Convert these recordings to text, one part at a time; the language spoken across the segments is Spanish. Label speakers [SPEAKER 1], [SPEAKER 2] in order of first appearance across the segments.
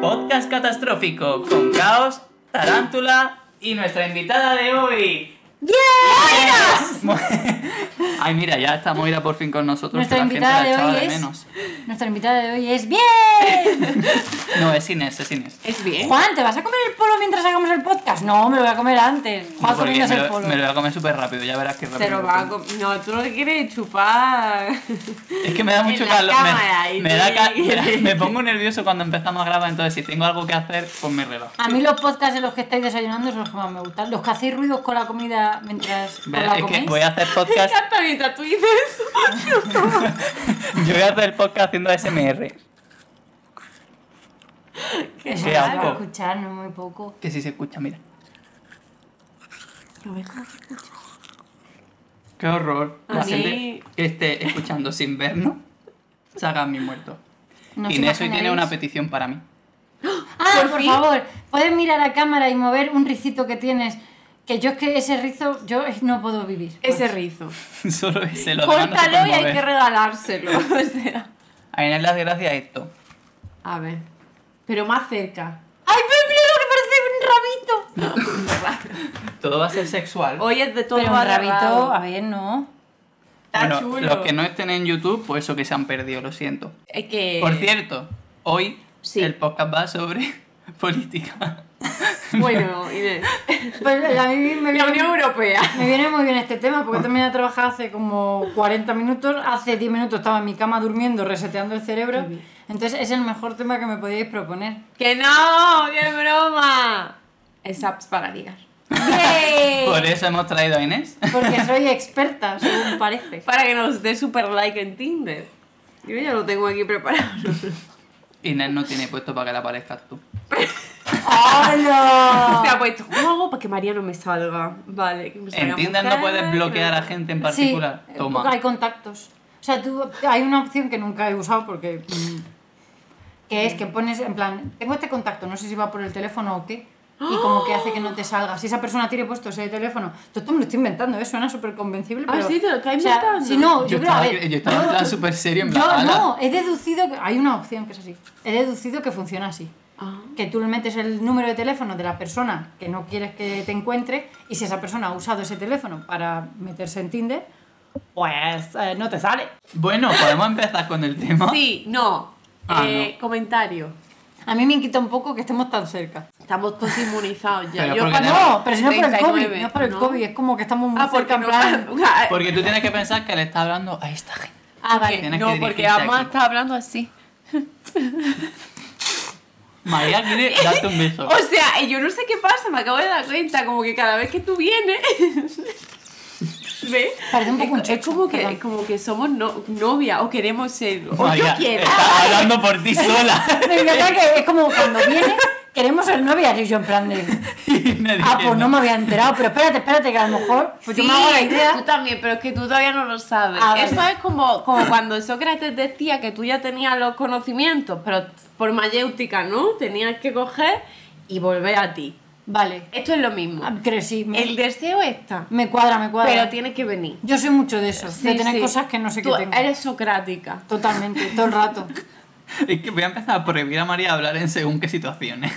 [SPEAKER 1] podcast catastrófico con Caos, Tarántula y nuestra invitada de hoy.
[SPEAKER 2] ¡Yeah!
[SPEAKER 1] Ay, mira, ya está Moira por fin con nosotros.
[SPEAKER 2] Nuestra
[SPEAKER 1] que la
[SPEAKER 2] invitada
[SPEAKER 1] gente la
[SPEAKER 2] de hoy
[SPEAKER 1] echaba
[SPEAKER 2] es-
[SPEAKER 1] menos.
[SPEAKER 2] Nuestra invitada de hoy es bien.
[SPEAKER 1] No, es Inés, es Inés.
[SPEAKER 3] Es bien.
[SPEAKER 2] Juan, ¿te vas a comer el polo mientras hagamos el podcast? No, me lo voy a comer antes. Juan
[SPEAKER 1] Porque
[SPEAKER 2] comiéndose
[SPEAKER 1] me
[SPEAKER 2] el
[SPEAKER 1] lo,
[SPEAKER 2] polo.
[SPEAKER 1] me lo voy a comer súper rápido, ya verás qué rápido.
[SPEAKER 3] Se lo
[SPEAKER 1] lo
[SPEAKER 3] va a
[SPEAKER 1] como.
[SPEAKER 3] com- No, tú no te quieres chupar.
[SPEAKER 1] Es que me da
[SPEAKER 3] en
[SPEAKER 1] mucho
[SPEAKER 3] la
[SPEAKER 1] calor.
[SPEAKER 3] cámara
[SPEAKER 1] Me,
[SPEAKER 3] y
[SPEAKER 1] me da
[SPEAKER 3] tú-
[SPEAKER 1] ca- me da- me pongo nervioso cuando empezamos a grabar, entonces si tengo algo que hacer, pues me relajo.
[SPEAKER 2] A mí los podcasts en los que estáis desayunando son los que más me gustan. Los que hacéis ruidos con la comida mientras os la
[SPEAKER 1] Es que
[SPEAKER 2] coméis.
[SPEAKER 1] voy a hacer podcast,
[SPEAKER 3] Hasta mientras tú dices eso.
[SPEAKER 1] yo voy a hacer podcast haciendo ASMR.
[SPEAKER 2] Eso
[SPEAKER 1] qué
[SPEAKER 2] no se va a
[SPEAKER 1] asco.
[SPEAKER 2] escuchar, no muy poco.
[SPEAKER 1] Que si se escucha, mira. Qué horror.
[SPEAKER 3] A
[SPEAKER 1] La
[SPEAKER 3] mí-
[SPEAKER 1] gente que esté escuchando sin vernos, se haga mi muerto.
[SPEAKER 2] No os
[SPEAKER 1] Inés hoy tiene
[SPEAKER 2] imagináis.
[SPEAKER 1] una petición para mí.
[SPEAKER 2] Ah,
[SPEAKER 3] Por
[SPEAKER 2] por
[SPEAKER 3] fin.
[SPEAKER 2] favor, puedes mirar a cámara y mover un ricito que tienes. Que yo es que ese rizo, yo es- no puedo vivir. Pues.
[SPEAKER 3] Ese rizo.
[SPEAKER 1] Solo se lo demás no se
[SPEAKER 3] Pues, Córtalo
[SPEAKER 1] puede
[SPEAKER 3] y hay
[SPEAKER 1] mover.
[SPEAKER 3] que regalárselo. O sea.
[SPEAKER 1] A Inés le hace gracia esto.
[SPEAKER 3] A ver. Pero más cerca.
[SPEAKER 2] ¡Ay, me mira lo que parece un rabito!
[SPEAKER 1] Todo va a ser sexual.
[SPEAKER 3] Hoy es de todo
[SPEAKER 2] Pero un rabito,
[SPEAKER 3] agarrado.
[SPEAKER 2] a ver, no.
[SPEAKER 3] Está
[SPEAKER 1] Bueno,
[SPEAKER 3] chulo.
[SPEAKER 1] los que no estén en YouTube, pues eso que se han perdido, lo siento.
[SPEAKER 3] Es que.
[SPEAKER 1] Por cierto, hoy
[SPEAKER 3] Eh, sí.
[SPEAKER 1] el podcast va sobre política.
[SPEAKER 3] Bueno, Inés.
[SPEAKER 2] Pues a mí me
[SPEAKER 3] La
[SPEAKER 2] viene,
[SPEAKER 3] Unión Europea.
[SPEAKER 2] me viene muy bien este tema porque también he trabajado hace como 40 minutos. Hace 10 minutos estaba en mi cama durmiendo, reseteando el cerebro.
[SPEAKER 3] Qué bien.
[SPEAKER 2] Entonces es el mejor tema que me podíais proponer.
[SPEAKER 3] ¡Que no! ¡Qué broma! Es apps para ligar. Eh.
[SPEAKER 1] Por eso hemos traído a Inés.
[SPEAKER 2] Porque soy experta, según parece.
[SPEAKER 3] Para que nos dé super like en Tinder. Yo ya lo tengo aquí preparado.
[SPEAKER 1] Inés no tiene puesto para que la aparezcas tú.
[SPEAKER 2] ¡Hola!
[SPEAKER 3] Se ha puesto, pues, ¿cómo hago para que María no me salga?
[SPEAKER 2] Pues
[SPEAKER 3] Vale, que me salga
[SPEAKER 1] En Tinder no
[SPEAKER 3] mujer,
[SPEAKER 1] puedes bloquear a
[SPEAKER 3] pero-
[SPEAKER 1] gente en particular.
[SPEAKER 2] eh, Sí, eh, porque
[SPEAKER 1] Toma.
[SPEAKER 2] hay contactos. O sea, tú, hay una opción que nunca he usado porque... mm, Que es que pones en plan, tengo este contacto, no sé si va por el teléfono o qué. Y como que hace que no te salga. Si esa persona tiene puesto ese teléfono, yo esto me lo estoy inventando, ¿eh? suena súper convencible.
[SPEAKER 3] Ah,
[SPEAKER 2] Pero,
[SPEAKER 3] sí, te lo estás
[SPEAKER 2] o sea,
[SPEAKER 3] inventando.
[SPEAKER 2] sí, no, yo,
[SPEAKER 1] Yo
[SPEAKER 2] creo, a
[SPEAKER 1] estaba,
[SPEAKER 2] ver,
[SPEAKER 1] yo estaba en plan súper serio, en plan,
[SPEAKER 2] yo-
[SPEAKER 1] "Ala".
[SPEAKER 2] no, he deducido que hay una opción que es así. He deducido que funciona así.
[SPEAKER 3] Ah.
[SPEAKER 2] Que tú le metes el número de teléfono de la persona que no quieres que te encuentre y si esa persona ha usado ese teléfono para meterse en Tinder, pues eh, no te sale.
[SPEAKER 1] Bueno, podemos empezar con el tema.
[SPEAKER 3] Sí, no.
[SPEAKER 1] Ah,
[SPEAKER 3] Eh, Comentario.
[SPEAKER 2] A mí me inquieta un poco que estemos tan cerca. Ah,
[SPEAKER 3] Estamos todos inmunizados ya.
[SPEAKER 1] Pero
[SPEAKER 3] Yo
[SPEAKER 1] porque
[SPEAKER 3] cuando-
[SPEAKER 1] no-
[SPEAKER 2] No, pero si no es por el COVID,
[SPEAKER 3] 39,
[SPEAKER 2] no es por el
[SPEAKER 3] ¿no?
[SPEAKER 2] COVID, es como que estamos muy
[SPEAKER 3] Ah,
[SPEAKER 2] cerca
[SPEAKER 3] porque
[SPEAKER 2] en
[SPEAKER 3] no.
[SPEAKER 2] plan-
[SPEAKER 1] Porque tú tienes que pensar que le está hablando a esta gente.
[SPEAKER 2] Ah, vale.
[SPEAKER 1] Tienes
[SPEAKER 3] no,
[SPEAKER 1] que
[SPEAKER 3] porque
[SPEAKER 1] dirigirte
[SPEAKER 3] además
[SPEAKER 1] aquí.
[SPEAKER 3] está hablando así.
[SPEAKER 1] María quiere darte un beso.
[SPEAKER 3] O
[SPEAKER 2] Pues,
[SPEAKER 3] sea, eh, yo no sé qué pasa, me acabo de dar cuenta, como que cada vez que tú vienes. ¿Ves?
[SPEAKER 2] Parece un poco un
[SPEAKER 3] Es- Es
[SPEAKER 2] chocho,
[SPEAKER 3] como que,
[SPEAKER 2] perdón.
[SPEAKER 3] como que somos no- novia o queremos ser.
[SPEAKER 2] pues
[SPEAKER 3] O yo
[SPEAKER 1] María,
[SPEAKER 3] quiero.
[SPEAKER 1] Estás hablando por ti sola.
[SPEAKER 2] Me encanta que es como cuando viene, queremos ser novias y yo en plan de...
[SPEAKER 1] Y me
[SPEAKER 2] Ah,
[SPEAKER 1] diciendo,
[SPEAKER 2] pues no me había enterado, pero espérate, espérate, que a lo mejor pues yo me hago la
[SPEAKER 3] Tú
[SPEAKER 2] idea.
[SPEAKER 3] también, pero es que tú todavía no lo sabes.
[SPEAKER 2] Ah, vale.
[SPEAKER 3] Eso es como, como cuando Sócrates decía que tú ya tenías los conocimientos, pero por mayéutica, ¿no? Tenías que coger y volver a ti.
[SPEAKER 2] Vale,
[SPEAKER 3] Esto es lo mismo.
[SPEAKER 2] Ah, creo que sí, me,
[SPEAKER 3] El deseo está,
[SPEAKER 2] me cuadra, me cuadra.
[SPEAKER 3] pero tiene que venir.
[SPEAKER 2] Yo soy mucho de eso, de
[SPEAKER 3] Sí,
[SPEAKER 2] tener
[SPEAKER 3] sí.
[SPEAKER 2] cosas que no sé qué
[SPEAKER 3] Tú
[SPEAKER 2] tengo.
[SPEAKER 3] Eres socrática.
[SPEAKER 2] Totalmente, todo el rato.
[SPEAKER 1] Es que voy a empezar a prohibir a María hablar en según qué situaciones.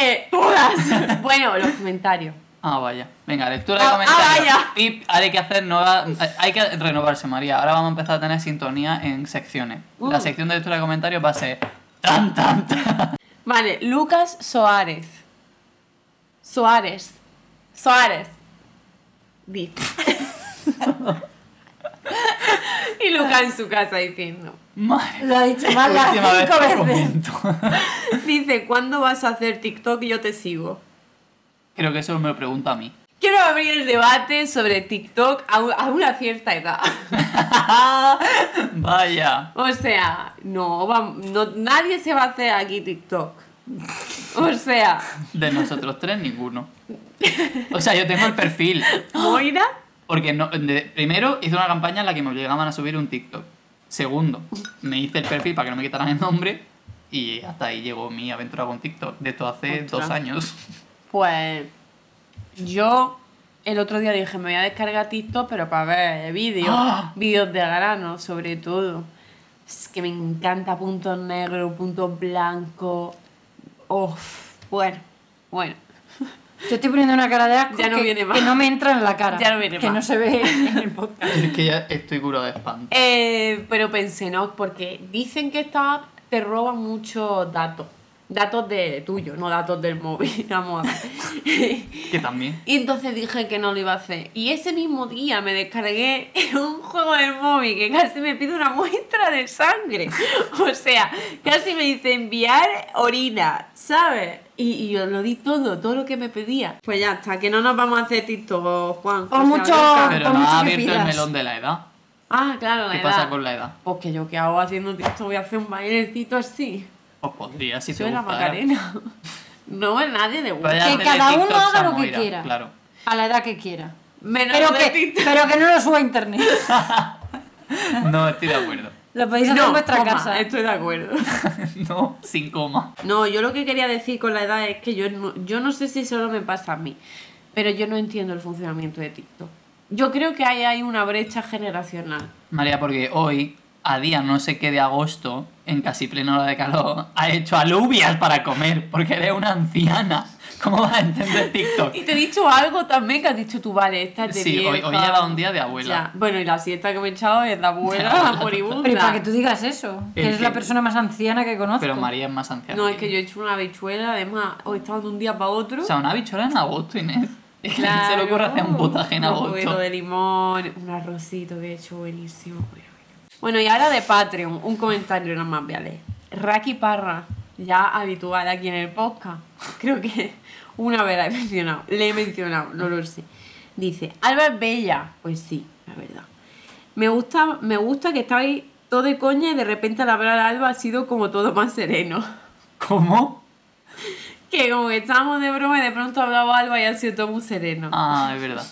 [SPEAKER 3] Eh, todas. bueno, los comentarios.
[SPEAKER 1] Ah, vaya. Venga, lectura de
[SPEAKER 3] Ah,
[SPEAKER 1] comentarios.
[SPEAKER 3] ah, vaya.
[SPEAKER 1] Pip, ahora hay que hacer nueva... Hay que renovarse, María. Ahora vamos a empezar a tener sintonía en secciones. La
[SPEAKER 3] Uh.
[SPEAKER 1] sección de lectura de comentarios va a ser... Tan, tan, tan.
[SPEAKER 3] Vale, Lucas Soares. Soares. Soares. Di. y Lucas en su casa diciendo.
[SPEAKER 1] Madre.
[SPEAKER 2] Lo ha dicho mal las
[SPEAKER 1] Última vez
[SPEAKER 2] cinco
[SPEAKER 1] que
[SPEAKER 2] veces.
[SPEAKER 1] comento.
[SPEAKER 3] Dice, ¿cuándo vas a hacer TikTok y yo te sigo?
[SPEAKER 1] Creo que eso me lo pregunta a mí.
[SPEAKER 3] Quiero abrir el debate sobre TikTok a, u- a una cierta edad.
[SPEAKER 1] Vaya.
[SPEAKER 3] O sea, no, vam- no, nadie se va a hacer aquí TikTok. O sea,
[SPEAKER 1] De nosotros tres, ninguno. O sea, yo tengo el perfil.
[SPEAKER 3] Moira,
[SPEAKER 1] Porque no, de- primero hice una campaña en la que me obligaban a subir un TikTok. Segundo, me hice el perfil para que no me quitaran el nombre. Y hasta ahí llegó mi aventura con TikTok. De esto hace
[SPEAKER 3] Ostras.
[SPEAKER 1] dos años.
[SPEAKER 3] pues yo el otro día dije, me voy a descargar TikTok, pero para ver vídeos,
[SPEAKER 1] ¡Ah!
[SPEAKER 3] vídeos de grano sobre todo. Es que me encanta puntos negros, puntos blancos. Uf, bueno, bueno.
[SPEAKER 2] Yo estoy poniendo una cara de asco
[SPEAKER 3] Ya no
[SPEAKER 2] que,
[SPEAKER 3] viene más.
[SPEAKER 2] que no me entra en la cara.
[SPEAKER 3] Ya no viene
[SPEAKER 2] que
[SPEAKER 3] más.
[SPEAKER 2] no se ve en el podcast.
[SPEAKER 1] Es que ya estoy curado de espanto.
[SPEAKER 3] Eh, pero pensé, no, porque dicen que esta app te roba muchos datos. Datos de tuyo, no datos del móvil, vamos a ver.
[SPEAKER 1] Que también.
[SPEAKER 3] Y entonces dije que no lo iba a hacer. Y ese mismo día me descargué un juego del móvil que casi me pide una muestra de sangre. O sea, casi me dice enviar orina, ¿sabes? Y, y yo lo di todo, todo lo que me pedía. Pues ya está, que no nos vamos a hacer TikTok, Juan.
[SPEAKER 2] O mucho-
[SPEAKER 3] ahorita-
[SPEAKER 1] Pero
[SPEAKER 2] por
[SPEAKER 1] no
[SPEAKER 2] Ah, mucho
[SPEAKER 1] ha
[SPEAKER 2] que
[SPEAKER 1] abierto el
[SPEAKER 2] pidas.
[SPEAKER 1] melón de la edad.
[SPEAKER 3] Ah, claro, la
[SPEAKER 1] ¿Qué
[SPEAKER 3] edad.
[SPEAKER 1] pasa con la edad?
[SPEAKER 3] Pues que yo que hago haciendo TikTok voy a hacer un bailecito así.
[SPEAKER 1] Pues podría, si te
[SPEAKER 3] Soy la
[SPEAKER 1] gustara.
[SPEAKER 3] Macarena. No, a nadie le gusta.
[SPEAKER 1] Vaya
[SPEAKER 2] Que
[SPEAKER 1] hacerle
[SPEAKER 2] cada uno
[SPEAKER 1] TikToks
[SPEAKER 2] haga
[SPEAKER 1] a
[SPEAKER 2] lo que
[SPEAKER 1] Moira,
[SPEAKER 2] quiera.
[SPEAKER 1] Claro.
[SPEAKER 2] A la edad que quiera.
[SPEAKER 3] Menos
[SPEAKER 2] Pero
[SPEAKER 3] de
[SPEAKER 2] que,
[SPEAKER 3] TikTok.
[SPEAKER 2] pero que no lo suba a internet.
[SPEAKER 1] No estoy de acuerdo.
[SPEAKER 2] Lo podéis hacer en vuestra
[SPEAKER 3] coma,
[SPEAKER 2] casa.
[SPEAKER 3] Estoy de acuerdo.
[SPEAKER 1] No, sin coma.
[SPEAKER 3] No, yo lo que quería decir con la edad es que yo no, yo no sé si solo me pasa a mí, pero yo no entiendo el funcionamiento de TikTok. Yo creo que hay, hay una brecha generacional.
[SPEAKER 1] María, porque hoy, a día no sé qué de agosto, en casi plena hora de calor, ha hecho alubias para comer, porque eres una anciana. ¿Cómo vas a entender TikTok?
[SPEAKER 3] Y te he dicho algo también que has dicho tú, vale, esta es de
[SPEAKER 1] Sí, hoy-
[SPEAKER 3] vieja.
[SPEAKER 1] hoy he dado un día de abuela.
[SPEAKER 3] Ya. Bueno, y la siesta que me he echado es de abuela moribunda.
[SPEAKER 2] Pero ¿y para que tú digas eso? Que
[SPEAKER 1] El
[SPEAKER 2] eres
[SPEAKER 1] que-
[SPEAKER 2] la persona más anciana que conozco.
[SPEAKER 1] Pero María es más anciana.
[SPEAKER 3] No, es que yo he hecho una habichuela, además, hoy estaba de un día para otro.
[SPEAKER 1] O sea, una bichola en agosto, Inés. Es que
[SPEAKER 3] Claro,
[SPEAKER 1] se le ocurre hacer un potaje en
[SPEAKER 3] Un
[SPEAKER 1] agosto.
[SPEAKER 3] poquito de limón, un arrocito que he hecho buenísimo. Bueno, bueno. Bueno, y ahora de Patreon, un comentario nada más, vale. Raki Parra, ya habitual aquí en el podcast, creo que una vez la he mencionado, le he mencionado, no lo sé. Dice, Alba es bella. Pues sí, la verdad. Me gusta, me gusta que estáis todo de coña y de repente al hablar a Alba ha sido como todo más sereno.
[SPEAKER 1] ¿Cómo?
[SPEAKER 3] Que como que estábamos de broma y de pronto hablaba Alba y ha sido todo muy sereno.
[SPEAKER 1] Ah, es verdad.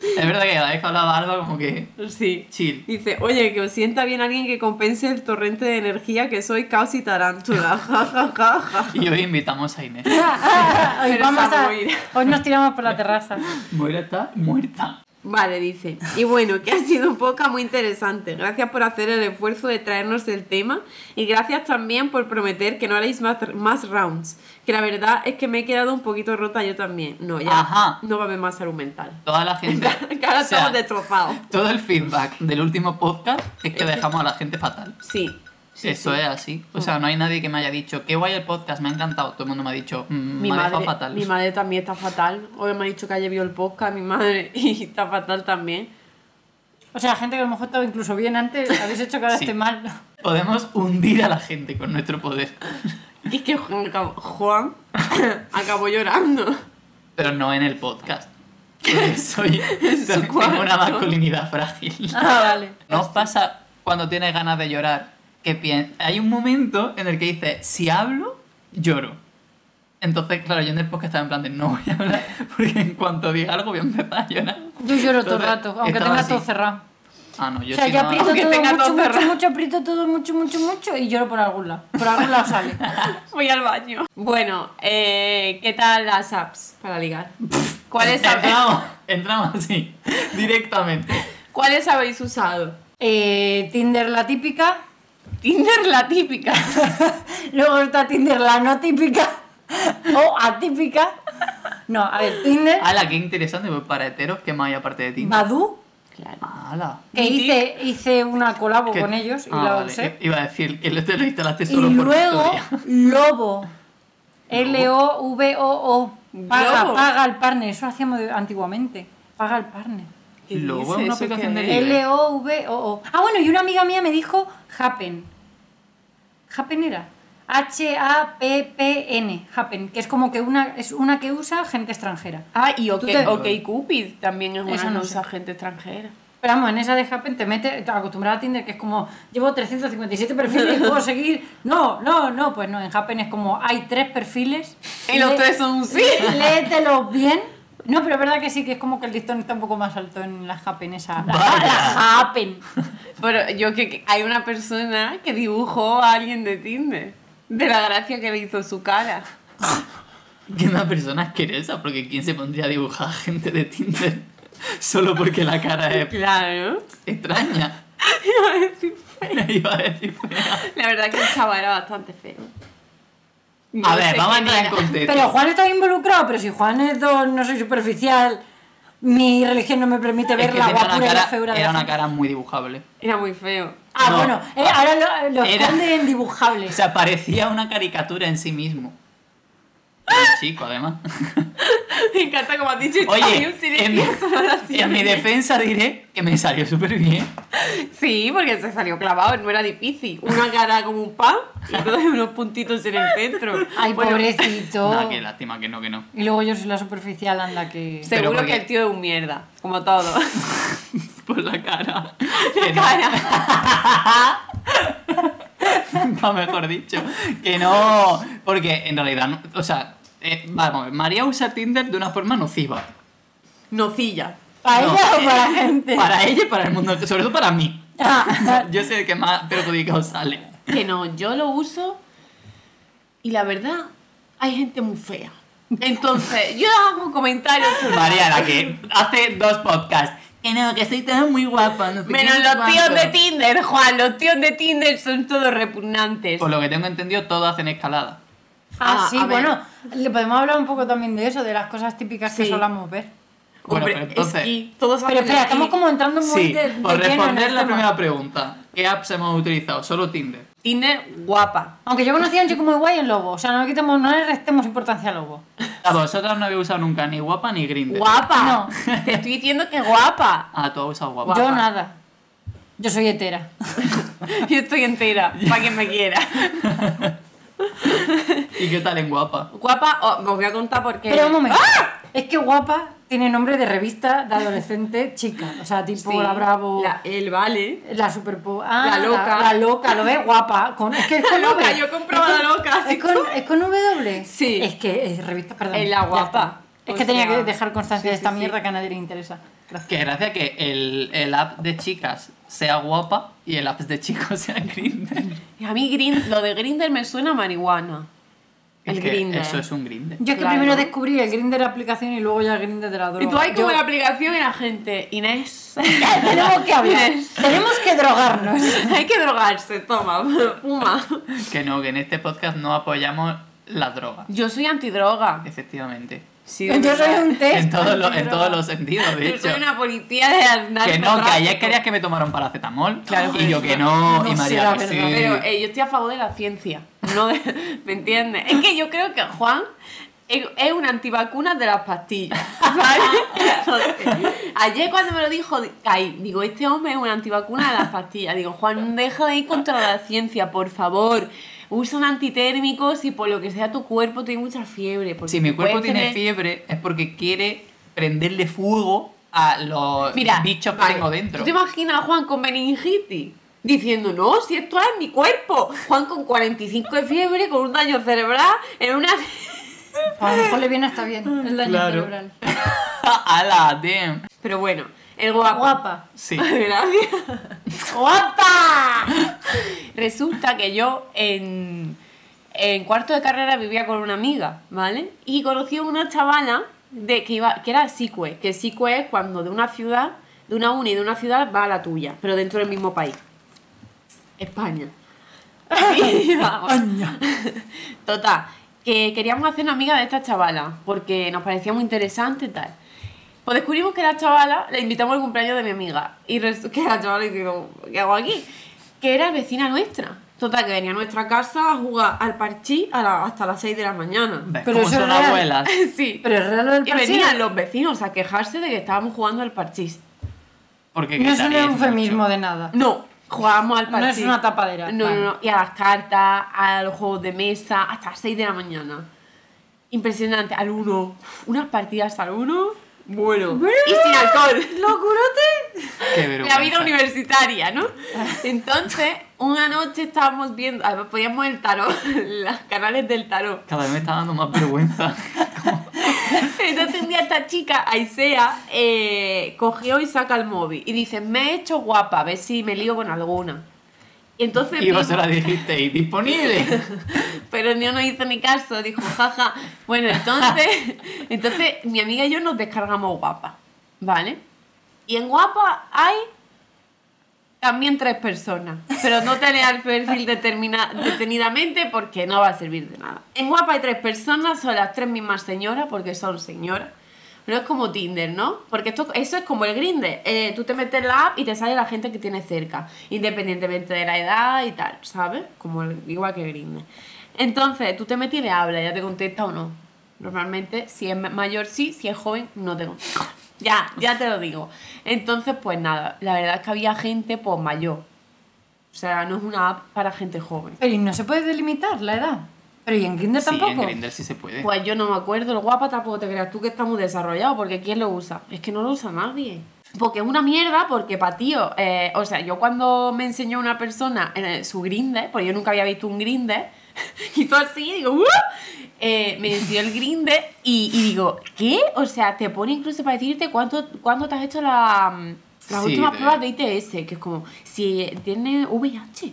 [SPEAKER 1] Es verdad que cada vez que hablaba Alba, como que
[SPEAKER 3] Sí.
[SPEAKER 1] chill.
[SPEAKER 3] Dice, oye, que os sienta bien alguien que compense el torrente de energía que soy caos y tarántula. Ja, ja, ja, ja.
[SPEAKER 1] Y hoy invitamos a Inés.
[SPEAKER 2] Ah, hoy,
[SPEAKER 3] Pero
[SPEAKER 2] vamos
[SPEAKER 3] está
[SPEAKER 2] a-
[SPEAKER 3] muy-
[SPEAKER 2] hoy nos tiramos por la terraza.
[SPEAKER 1] Moira está muerta.
[SPEAKER 3] Vale, dice. Y bueno, que ha sido un poco muy interesante. Gracias por hacer el esfuerzo de traernos el tema y gracias también por prometer que no haréis más, más rounds. Que la verdad es que me he quedado un poquito rota yo también. No, ya.
[SPEAKER 1] Ajá.
[SPEAKER 3] No va a haber más salud mental.
[SPEAKER 1] Toda la gente.
[SPEAKER 3] Que ahora
[SPEAKER 1] o sea,
[SPEAKER 3] estamos destrozados.
[SPEAKER 1] Todo el feedback del último podcast es que dejamos a la gente fatal.
[SPEAKER 3] Sí. sí,
[SPEAKER 1] Eso
[SPEAKER 3] sí.
[SPEAKER 1] es así. O sea, no hay nadie que me haya dicho, qué guay el podcast, me ha encantado. Todo el mundo me ha dicho, "Mm,
[SPEAKER 3] Mi
[SPEAKER 1] me ha
[SPEAKER 3] madre,
[SPEAKER 1] dejado fatal.
[SPEAKER 3] mi madre también está fatal. Hoy me ha dicho que ayer vio el podcast, mi madre, y está fatal también.
[SPEAKER 2] O sea, gente que a lo mejor estaba incluso bien antes, habéis hecho que ahora
[SPEAKER 1] Sí.
[SPEAKER 2] esté mal.
[SPEAKER 1] Podemos hundir a la gente con nuestro poder.
[SPEAKER 3] Y que Juan acabó, Juan acabó llorando.
[SPEAKER 1] Pero no en el podcast. Porque soy tengo una masculinidad frágil.
[SPEAKER 2] Ah, vale.
[SPEAKER 1] ¿No os pasa cuando tienes ganas de llorar que pien- Hay un momento en el que dices, si hablo, lloro. Entonces, claro, yo en el podcast estaba en plan de no voy a hablar porque en cuanto diga algo voy a empezar a llorar.
[SPEAKER 2] Yo lloro todo el
[SPEAKER 1] Entonces,
[SPEAKER 2] rato, aunque
[SPEAKER 1] estaba
[SPEAKER 2] tenga
[SPEAKER 1] así.
[SPEAKER 2] todo cerrado.
[SPEAKER 1] Ah, no, yo
[SPEAKER 2] o sea,
[SPEAKER 1] sí
[SPEAKER 2] yo
[SPEAKER 1] no-
[SPEAKER 2] aprieto
[SPEAKER 3] aunque
[SPEAKER 2] todo
[SPEAKER 3] tenga todo
[SPEAKER 2] mucho, mucho,
[SPEAKER 3] cerrado.
[SPEAKER 2] mucho, aprieto todo mucho, mucho, mucho y lloro por algún lado. Por algún lado sale.
[SPEAKER 3] Voy al baño. Bueno, eh, ¿qué tal las apps para ligar? ¿Cuáles, hab-
[SPEAKER 1] Entramos, entramos así, directamente.
[SPEAKER 3] ¿Cuáles habéis usado?
[SPEAKER 2] Eh, Tinder la típica,
[SPEAKER 3] Tinder la típica.
[SPEAKER 2] luego está Tinder la no típica o atípica. No, a ver, Tinder,
[SPEAKER 1] Ala, qué interesante, pues para heteros, ¿qué más hay aparte de Tinder?
[SPEAKER 2] Badu,
[SPEAKER 3] Claro.
[SPEAKER 1] Ala.
[SPEAKER 2] que
[SPEAKER 3] Mythic.
[SPEAKER 2] hice, hice una colabo
[SPEAKER 1] que-
[SPEAKER 2] con ellos y
[SPEAKER 1] Ah,
[SPEAKER 2] la
[SPEAKER 1] vale,
[SPEAKER 2] usé.
[SPEAKER 1] i- Iba a decir, que lo- te lo instalaste
[SPEAKER 2] Y
[SPEAKER 1] solo por
[SPEAKER 2] luego,
[SPEAKER 1] historia.
[SPEAKER 2] Lobo. L-O-V-O-O. Paga,
[SPEAKER 3] Lobo.
[SPEAKER 2] paga el partner. Eso lo hacíamos de- antiguamente. Paga el partner.
[SPEAKER 3] ¿Qué
[SPEAKER 1] Luego
[SPEAKER 3] dice
[SPEAKER 1] una
[SPEAKER 3] eso
[SPEAKER 1] aplicación
[SPEAKER 3] que
[SPEAKER 1] de
[SPEAKER 3] es?
[SPEAKER 1] libre.
[SPEAKER 2] L-O-V-O-O. Ah, bueno, y una amiga mía me dijo Happen. Happen era. H-A-P-P-N. Happen. Que es como que una, es una que usa gente extranjera.
[SPEAKER 3] Ah, y OK,
[SPEAKER 2] Tú te-
[SPEAKER 3] OK Cupid también es una
[SPEAKER 2] Esa
[SPEAKER 3] que
[SPEAKER 2] no
[SPEAKER 3] usa gente extranjera.
[SPEAKER 2] Pero vamos, en esa de Happen te mete, te acostumbras a Tinder, que es como, llevo 357 perfiles, puedo seguir. No, no, no, pues no, en Happen es como, hay tres perfiles.
[SPEAKER 3] Y los
[SPEAKER 2] Le-
[SPEAKER 3] tres son un sí.
[SPEAKER 2] Léetelos bien. No, pero es verdad que sí, que es como que el listón está un poco más alto en la Happen esa. La,
[SPEAKER 1] Vaya.
[SPEAKER 2] la Happen.
[SPEAKER 3] Pero yo que, que hay una persona que dibujó a alguien de Tinder. De la gracia que le hizo su cara.
[SPEAKER 1] Que una persona asquerosa, porque ¿quién se pondría a dibujar gente de Tinder solo porque la cara es
[SPEAKER 3] Claro.
[SPEAKER 1] extraña? Iba a decir fea.
[SPEAKER 3] La verdad es que el chaval era bastante feo. No
[SPEAKER 1] A ver,
[SPEAKER 3] sé
[SPEAKER 1] vamos a
[SPEAKER 3] quién
[SPEAKER 1] entrar en
[SPEAKER 3] era.
[SPEAKER 1] contexto.
[SPEAKER 2] Pero Juan está involucrado, pero si Juan es don, no soy superficial, mi religión no me permite
[SPEAKER 1] Es
[SPEAKER 2] ver
[SPEAKER 1] que
[SPEAKER 2] la
[SPEAKER 1] tenía una
[SPEAKER 2] guapura y la
[SPEAKER 1] cara,
[SPEAKER 2] feura de
[SPEAKER 1] era
[SPEAKER 2] la
[SPEAKER 1] una
[SPEAKER 2] gente.
[SPEAKER 1] cara muy dibujable.
[SPEAKER 3] Era muy feo.
[SPEAKER 2] Ah,
[SPEAKER 1] no.
[SPEAKER 2] bueno, eh, ahora lo, lo
[SPEAKER 1] Era-
[SPEAKER 2] esconde en
[SPEAKER 1] O
[SPEAKER 2] dibujables.
[SPEAKER 1] sea, parecía una caricatura en sí mismo. Un chico, además.
[SPEAKER 3] Me encanta como has dicho. hay
[SPEAKER 1] Oye,
[SPEAKER 3] un
[SPEAKER 1] en mi,
[SPEAKER 3] silencio sonoro
[SPEAKER 1] en mi
[SPEAKER 3] así.
[SPEAKER 1] defensa diré que me salió súper bien.
[SPEAKER 3] Sí, porque se salió clavado, no era difícil. Una cara como un pan y todos unos puntitos en el centro.
[SPEAKER 2] Ay,
[SPEAKER 3] Bueno,
[SPEAKER 2] pobrecito.
[SPEAKER 1] Nada, qué lástima que no, que no.
[SPEAKER 2] Y luego yo soy la superficial, anda que.
[SPEAKER 1] Sí. Pero
[SPEAKER 3] Seguro que
[SPEAKER 1] porque-
[SPEAKER 3] el tío es un mierda, como todo.
[SPEAKER 1] Por la cara.
[SPEAKER 3] La
[SPEAKER 1] Que no.
[SPEAKER 3] cara.
[SPEAKER 1] No, mejor dicho. Que no. Porque en realidad, no- o sea, eh, vamos, a ver, María usa Tinder de una forma nociva.
[SPEAKER 3] Nocilla.
[SPEAKER 2] ¿Para
[SPEAKER 1] No,
[SPEAKER 2] ella
[SPEAKER 1] eh,
[SPEAKER 2] o para la gente?
[SPEAKER 1] Para ella y para el mundo, sobre todo para mí.
[SPEAKER 2] Ah,
[SPEAKER 1] Yo soy el que más perjudicado sale.
[SPEAKER 3] Que no, yo lo uso y la verdad, hay gente muy fea. Entonces, yo hago comentarios.
[SPEAKER 1] María, la que hace dos podcasts. Que no, que soy todo muy guapa. no sé
[SPEAKER 3] Menos
[SPEAKER 1] qué,
[SPEAKER 3] los
[SPEAKER 1] guapo.
[SPEAKER 3] tíos de Tinder, Juan, los tíos de Tinder son todos repugnantes.
[SPEAKER 1] Por lo que tengo entendido, todos hacen escalada.
[SPEAKER 2] ah, sí,
[SPEAKER 3] a ver.
[SPEAKER 2] bueno, le podemos hablar un poco también de eso, de las cosas típicas que
[SPEAKER 3] Sí.
[SPEAKER 2] solamos ver.
[SPEAKER 1] Bueno,
[SPEAKER 3] Hombre,
[SPEAKER 1] pero entonces-
[SPEAKER 3] esquí, todos
[SPEAKER 2] Pero
[SPEAKER 3] hacen
[SPEAKER 2] espera,
[SPEAKER 3] esquí.
[SPEAKER 2] estamos como entrando muy
[SPEAKER 1] Sí,
[SPEAKER 2] de, de
[SPEAKER 1] por
[SPEAKER 2] lleno en
[SPEAKER 1] responder
[SPEAKER 2] el
[SPEAKER 1] la
[SPEAKER 2] tema.
[SPEAKER 1] primera pregunta. ¿Qué apps hemos utilizado? Solo Tinder.
[SPEAKER 3] Tinder guapa.
[SPEAKER 2] Aunque yo conocía a un chico muy guay en Lobo, o sea, no le, quitemos, no le restemos importancia a Lobo.
[SPEAKER 1] A vosotras no habéis usado nunca ni guapa ni Grindr.
[SPEAKER 3] Guapa. Te estoy diciendo que guapa.
[SPEAKER 1] Ah, tú has usado guapa.
[SPEAKER 2] Yo nada. Yo soy hetera.
[SPEAKER 3] Yo estoy entera, para quien me quiera.
[SPEAKER 1] ¿Y qué tal en guapa?
[SPEAKER 3] Guapa, oh, os voy a contar porque...
[SPEAKER 2] Pero un momento.
[SPEAKER 3] ¡Ah!
[SPEAKER 2] Es que guapa tiene nombre de revista de adolescente chica. O sea, tipo la Bravo.
[SPEAKER 3] la-
[SPEAKER 2] La...
[SPEAKER 3] el vale.
[SPEAKER 2] super po- ah,
[SPEAKER 3] La loca.
[SPEAKER 2] La, loca, lo ves guapa. Con, es que es
[SPEAKER 3] La
[SPEAKER 2] con
[SPEAKER 3] loca,
[SPEAKER 2] V.
[SPEAKER 3] yo compraba
[SPEAKER 2] Es con-
[SPEAKER 3] la loca, así
[SPEAKER 2] Es con, es con W.
[SPEAKER 3] Sí.
[SPEAKER 2] Es que es revista, perdón.
[SPEAKER 3] Es la
[SPEAKER 2] ya
[SPEAKER 3] guapa.
[SPEAKER 2] está. Es
[SPEAKER 3] O
[SPEAKER 2] que tenía
[SPEAKER 3] sea,
[SPEAKER 2] que dejar constancia
[SPEAKER 3] sí,
[SPEAKER 2] de esta
[SPEAKER 3] sí, sí.
[SPEAKER 2] mierda que a nadie le interesa. Gracias.
[SPEAKER 1] Que gracias que el, el app de chicas sea guapa y el app de chicos sea Grindr.
[SPEAKER 3] Y a mí Grind, lo de Grinder me suena a marihuana. El
[SPEAKER 1] Es que
[SPEAKER 3] Grindr.
[SPEAKER 1] Eso es un Grindr.
[SPEAKER 2] Yo es que
[SPEAKER 3] Claro.
[SPEAKER 2] primero descubrí el Grindr de la aplicación y luego ya el Grindr de la droga.
[SPEAKER 3] Y tú hay como
[SPEAKER 2] Yo- Eh,
[SPEAKER 3] la aplicación y la gente, Inés.
[SPEAKER 2] Tenemos que hablar. Tenemos que drogarnos.
[SPEAKER 3] hay que drogarse, toma, fuma.
[SPEAKER 1] Que no, que en este podcast no apoyamos la droga.
[SPEAKER 3] Yo soy antidroga.
[SPEAKER 1] Efectivamente.
[SPEAKER 3] Sí, de
[SPEAKER 2] Yo soy
[SPEAKER 3] verdad.
[SPEAKER 2] un test.
[SPEAKER 1] En, todos los- en
[SPEAKER 2] antidroga.
[SPEAKER 1] todos los sentidos, de
[SPEAKER 3] Yo
[SPEAKER 1] hecho.
[SPEAKER 3] soy una policía de
[SPEAKER 1] Que no, que ayer
[SPEAKER 3] narcotráfico.
[SPEAKER 1] querías que me tomaron paracetamol.
[SPEAKER 3] Claro,
[SPEAKER 1] y
[SPEAKER 3] pero
[SPEAKER 1] yo
[SPEAKER 3] eso
[SPEAKER 1] que no,
[SPEAKER 2] no
[SPEAKER 1] y María
[SPEAKER 2] será
[SPEAKER 1] que sí.
[SPEAKER 2] verdad,
[SPEAKER 3] Pero eh, yo estoy a favor de la ciencia, no de- ¿me entiendes? Es que yo creo que Juan es es un antivacuna de las pastillas, ¿vale? Entonces, ayer cuando me lo dijo, di- ay, digo, este hombre es un antivacuna de las pastillas. Digo, Juan, deja de ir contra la ciencia, por favor. Usa un antitérmico si por lo que sea tu cuerpo tiene mucha fiebre. porque
[SPEAKER 1] Si mi
[SPEAKER 3] tú
[SPEAKER 1] cuerpo
[SPEAKER 3] puedes
[SPEAKER 1] tiene
[SPEAKER 3] tener-
[SPEAKER 1] fiebre es porque quiere prenderle fuego a los
[SPEAKER 3] Mira,
[SPEAKER 1] bichos que
[SPEAKER 3] vale,
[SPEAKER 1] tengo dentro.
[SPEAKER 3] ¿Tú te imaginas a Juan con meningitis? Diciendo, no, si esto es mi cuerpo. Juan con 45 de fiebre, con un daño cerebral, en una...
[SPEAKER 2] A lo mejor le viene hasta bien el daño
[SPEAKER 1] Claro.
[SPEAKER 2] cerebral.
[SPEAKER 1] ¡Hala, damn!
[SPEAKER 3] Pero bueno, el guapo.
[SPEAKER 2] Guapa.
[SPEAKER 1] Sí.
[SPEAKER 3] Gracias.
[SPEAKER 2] ¡Guapa!
[SPEAKER 3] Resulta que yo en, en cuarto de carrera vivía con una amiga, ¿vale? Y conocí a una chavala de, que, iba, que era SICUE, que SICUE es cuando de una ciudad, de una uni de una ciudad va a la tuya, pero dentro del mismo país. España. Sí, vamos. Total, que queríamos hacer una amiga de esta chavala, porque nos parecía muy interesante y tal. Pues descubrimos que la chavala, le invitamos al cumpleaños de mi amiga. Y resu- que la chavala dijo, ¿qué hago aquí? Que era vecina nuestra. Total, que venía a nuestra casa a jugar al parchí a la- hasta las 6 de la mañana.
[SPEAKER 1] ¿Ves
[SPEAKER 2] Pero
[SPEAKER 1] cómo
[SPEAKER 2] eso es
[SPEAKER 1] son
[SPEAKER 2] real.
[SPEAKER 1] abuelas?
[SPEAKER 3] Sí.
[SPEAKER 2] Pero es real lo del
[SPEAKER 3] Y
[SPEAKER 2] parchís.
[SPEAKER 3] venían los vecinos a quejarse de que estábamos jugando al parchís.
[SPEAKER 1] Porque
[SPEAKER 2] No es un
[SPEAKER 1] gritaríais
[SPEAKER 2] eufemismo
[SPEAKER 1] mucho.
[SPEAKER 2] de nada.
[SPEAKER 3] No, jugábamos al
[SPEAKER 2] No es
[SPEAKER 3] parchís.
[SPEAKER 2] una tapadera,
[SPEAKER 3] No, no,
[SPEAKER 2] vale.
[SPEAKER 3] no. Y a las cartas, a los juegos de mesa, hasta las 6 de la mañana. Impresionante. Al uno. Unas partidas al uno. Bueno. Y sin alcohol. ¡Locurote!
[SPEAKER 1] Qué
[SPEAKER 3] La vida
[SPEAKER 1] vergüenza.
[SPEAKER 3] universitaria, ¿no? Entonces, una noche estábamos viendo, además poníamos el tarot, los canales del tarot.
[SPEAKER 1] Cada vez me está dando más vergüenza.
[SPEAKER 3] Entonces un día esta chica, Aisea, eh, cogió y saca el móvil y dice, me he hecho guapa, a ver si me lío con alguna. Y entonces...
[SPEAKER 1] y
[SPEAKER 3] vimos-
[SPEAKER 1] vosotras dijisteis, disponible.
[SPEAKER 3] Pero ni no hizo ni caso, dijo, jaja. Bueno, entonces, entonces mi amiga y yo nos descargamos guapa, ¿vale? Y en guapa hay También tres personas. Pero no te leas el perfil determina- detenidamente porque no va a servir de nada. En Guapa hay tres personas, son las tres mismas señoras porque son señoras. Pero es como Tinder, ¿no? Porque esto, eso es como el Grindr. Eh, tú te metes en la app y te sale la gente que tienes cerca, independientemente de la edad y tal, ¿sabes? Como el- igual que Grindr. Entonces, tú te metes y le hablas, ya te contesta o no. Normalmente, si es ma- mayor sí, si es joven, no te contesta. Ya, ya te lo digo. Entonces, pues nada, la verdad es que había gente pues mayor. O sea, no es una app para gente joven.
[SPEAKER 2] Pero ¿y no se puede delimitar la edad? Pero ¿y en Grindr
[SPEAKER 1] Sí,
[SPEAKER 2] tampoco?
[SPEAKER 1] en Grindr sí se puede.
[SPEAKER 3] Pues yo no me acuerdo, el guapa tampoco te creas tú que está muy desarrollado, porque ¿quién lo usa? Es que no lo usa nadie. Porque es una mierda, porque para tío, eh, o sea, yo cuando me enseñó una persona en el- su grinder, porque yo nunca había visto un grinder, hizo así, y digo, "Uh", eh, me enseñó el grinder y, y digo, ¿qué? O sea, te pone incluso para decirte cuánto, cuándo te has hecho la, mm, las
[SPEAKER 1] Sí,
[SPEAKER 3] últimas
[SPEAKER 1] de-
[SPEAKER 3] pruebas de ITS, que es como, si tiene VIH.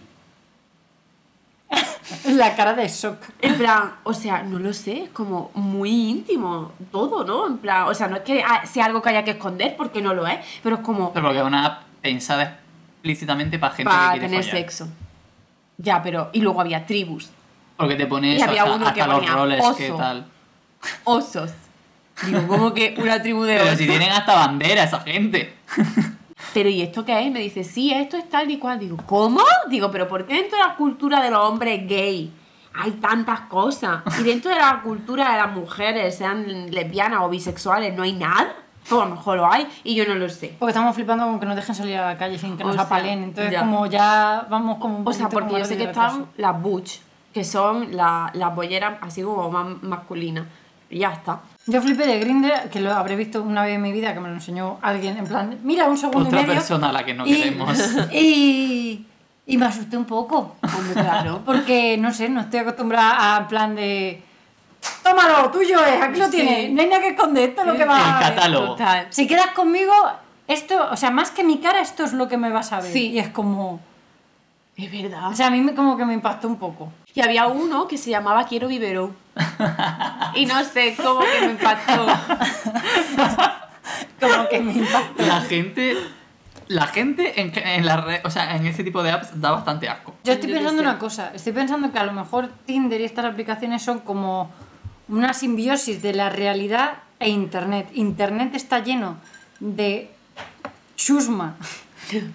[SPEAKER 2] La cara de shock.
[SPEAKER 3] En plan, o sea, no lo sé, es como muy íntimo todo, ¿no? En plan, o sea, no es que ah, sea algo que haya que esconder porque no lo es, pero es como
[SPEAKER 1] Pero porque es una app pensada explícitamente para gente
[SPEAKER 3] para
[SPEAKER 1] que quiere
[SPEAKER 3] tener
[SPEAKER 1] follar.
[SPEAKER 3] sexo. Ya, pero. Y luego había tribus,
[SPEAKER 1] Porque te pone
[SPEAKER 3] Y
[SPEAKER 1] eso,
[SPEAKER 3] había
[SPEAKER 1] hasta,
[SPEAKER 3] uno que
[SPEAKER 1] hasta los
[SPEAKER 3] ponía
[SPEAKER 1] roles,
[SPEAKER 3] oso.
[SPEAKER 1] qué tal.
[SPEAKER 3] osos. Digo, como que una tribu de
[SPEAKER 1] Pero
[SPEAKER 3] osos.
[SPEAKER 1] si tienen hasta bandera esa gente.
[SPEAKER 3] Pero ¿y esto qué es? Me dice, sí, esto es tal y cual. Digo, ¿cómo? Digo, pero ¿por qué dentro de la cultura de los hombres gay hay tantas cosas? Y dentro de la cultura de las mujeres, sean lesbianas o bisexuales, no hay nada. O a lo mejor lo hay y yo no lo sé.
[SPEAKER 2] Porque estamos flipando con que nos dejen salir a la calle sin que
[SPEAKER 3] O
[SPEAKER 2] nos
[SPEAKER 3] sea,
[SPEAKER 2] apalen. Entonces,
[SPEAKER 3] ya.
[SPEAKER 2] como ya vamos como un
[SPEAKER 3] O sea,
[SPEAKER 2] poquito
[SPEAKER 3] porque
[SPEAKER 2] como
[SPEAKER 3] yo sé
[SPEAKER 2] de
[SPEAKER 3] que
[SPEAKER 2] retraso.
[SPEAKER 3] están las butch, que son la- las bolleras así como más masculinas. Y ya está.
[SPEAKER 2] Yo flipé de Grindr, que lo habré visto una vez en mi vida, que me lo enseñó alguien en plan, mira, un segundo
[SPEAKER 1] Otra
[SPEAKER 2] y medio.
[SPEAKER 1] persona a la que no
[SPEAKER 2] y-
[SPEAKER 1] queremos.
[SPEAKER 2] Y, y me asusté un poco.
[SPEAKER 3] Hombre, claro.
[SPEAKER 2] Porque, no sé, no estoy acostumbrada a en plan de... Tómalo, tuyo es, aquí lo
[SPEAKER 3] Sí.
[SPEAKER 2] tienes. No hay nada que esconder, esto es lo que va a
[SPEAKER 1] El
[SPEAKER 2] ver".
[SPEAKER 1] catálogo.
[SPEAKER 3] Total.
[SPEAKER 2] Si quedas conmigo, esto, o sea, más que mi cara, esto es lo que me vas a ver.
[SPEAKER 3] Sí.
[SPEAKER 2] Y es como...
[SPEAKER 3] Es verdad.
[SPEAKER 2] O sea, a mí me- como que me impactó un poco.
[SPEAKER 3] Y había uno que se llamaba Quiero Biberón. Y no sé cómo que me impactó.
[SPEAKER 2] Como que me impactó.
[SPEAKER 1] La gente. La gente en, en la red. O sea, en ese tipo de apps da bastante asco.
[SPEAKER 2] Yo estoy
[SPEAKER 3] Yo qué
[SPEAKER 2] pensando
[SPEAKER 3] sé.
[SPEAKER 2] una cosa, estoy pensando que a lo mejor Tinder y estas aplicaciones son como una simbiosis de la realidad e Internet. Internet está lleno de chusma,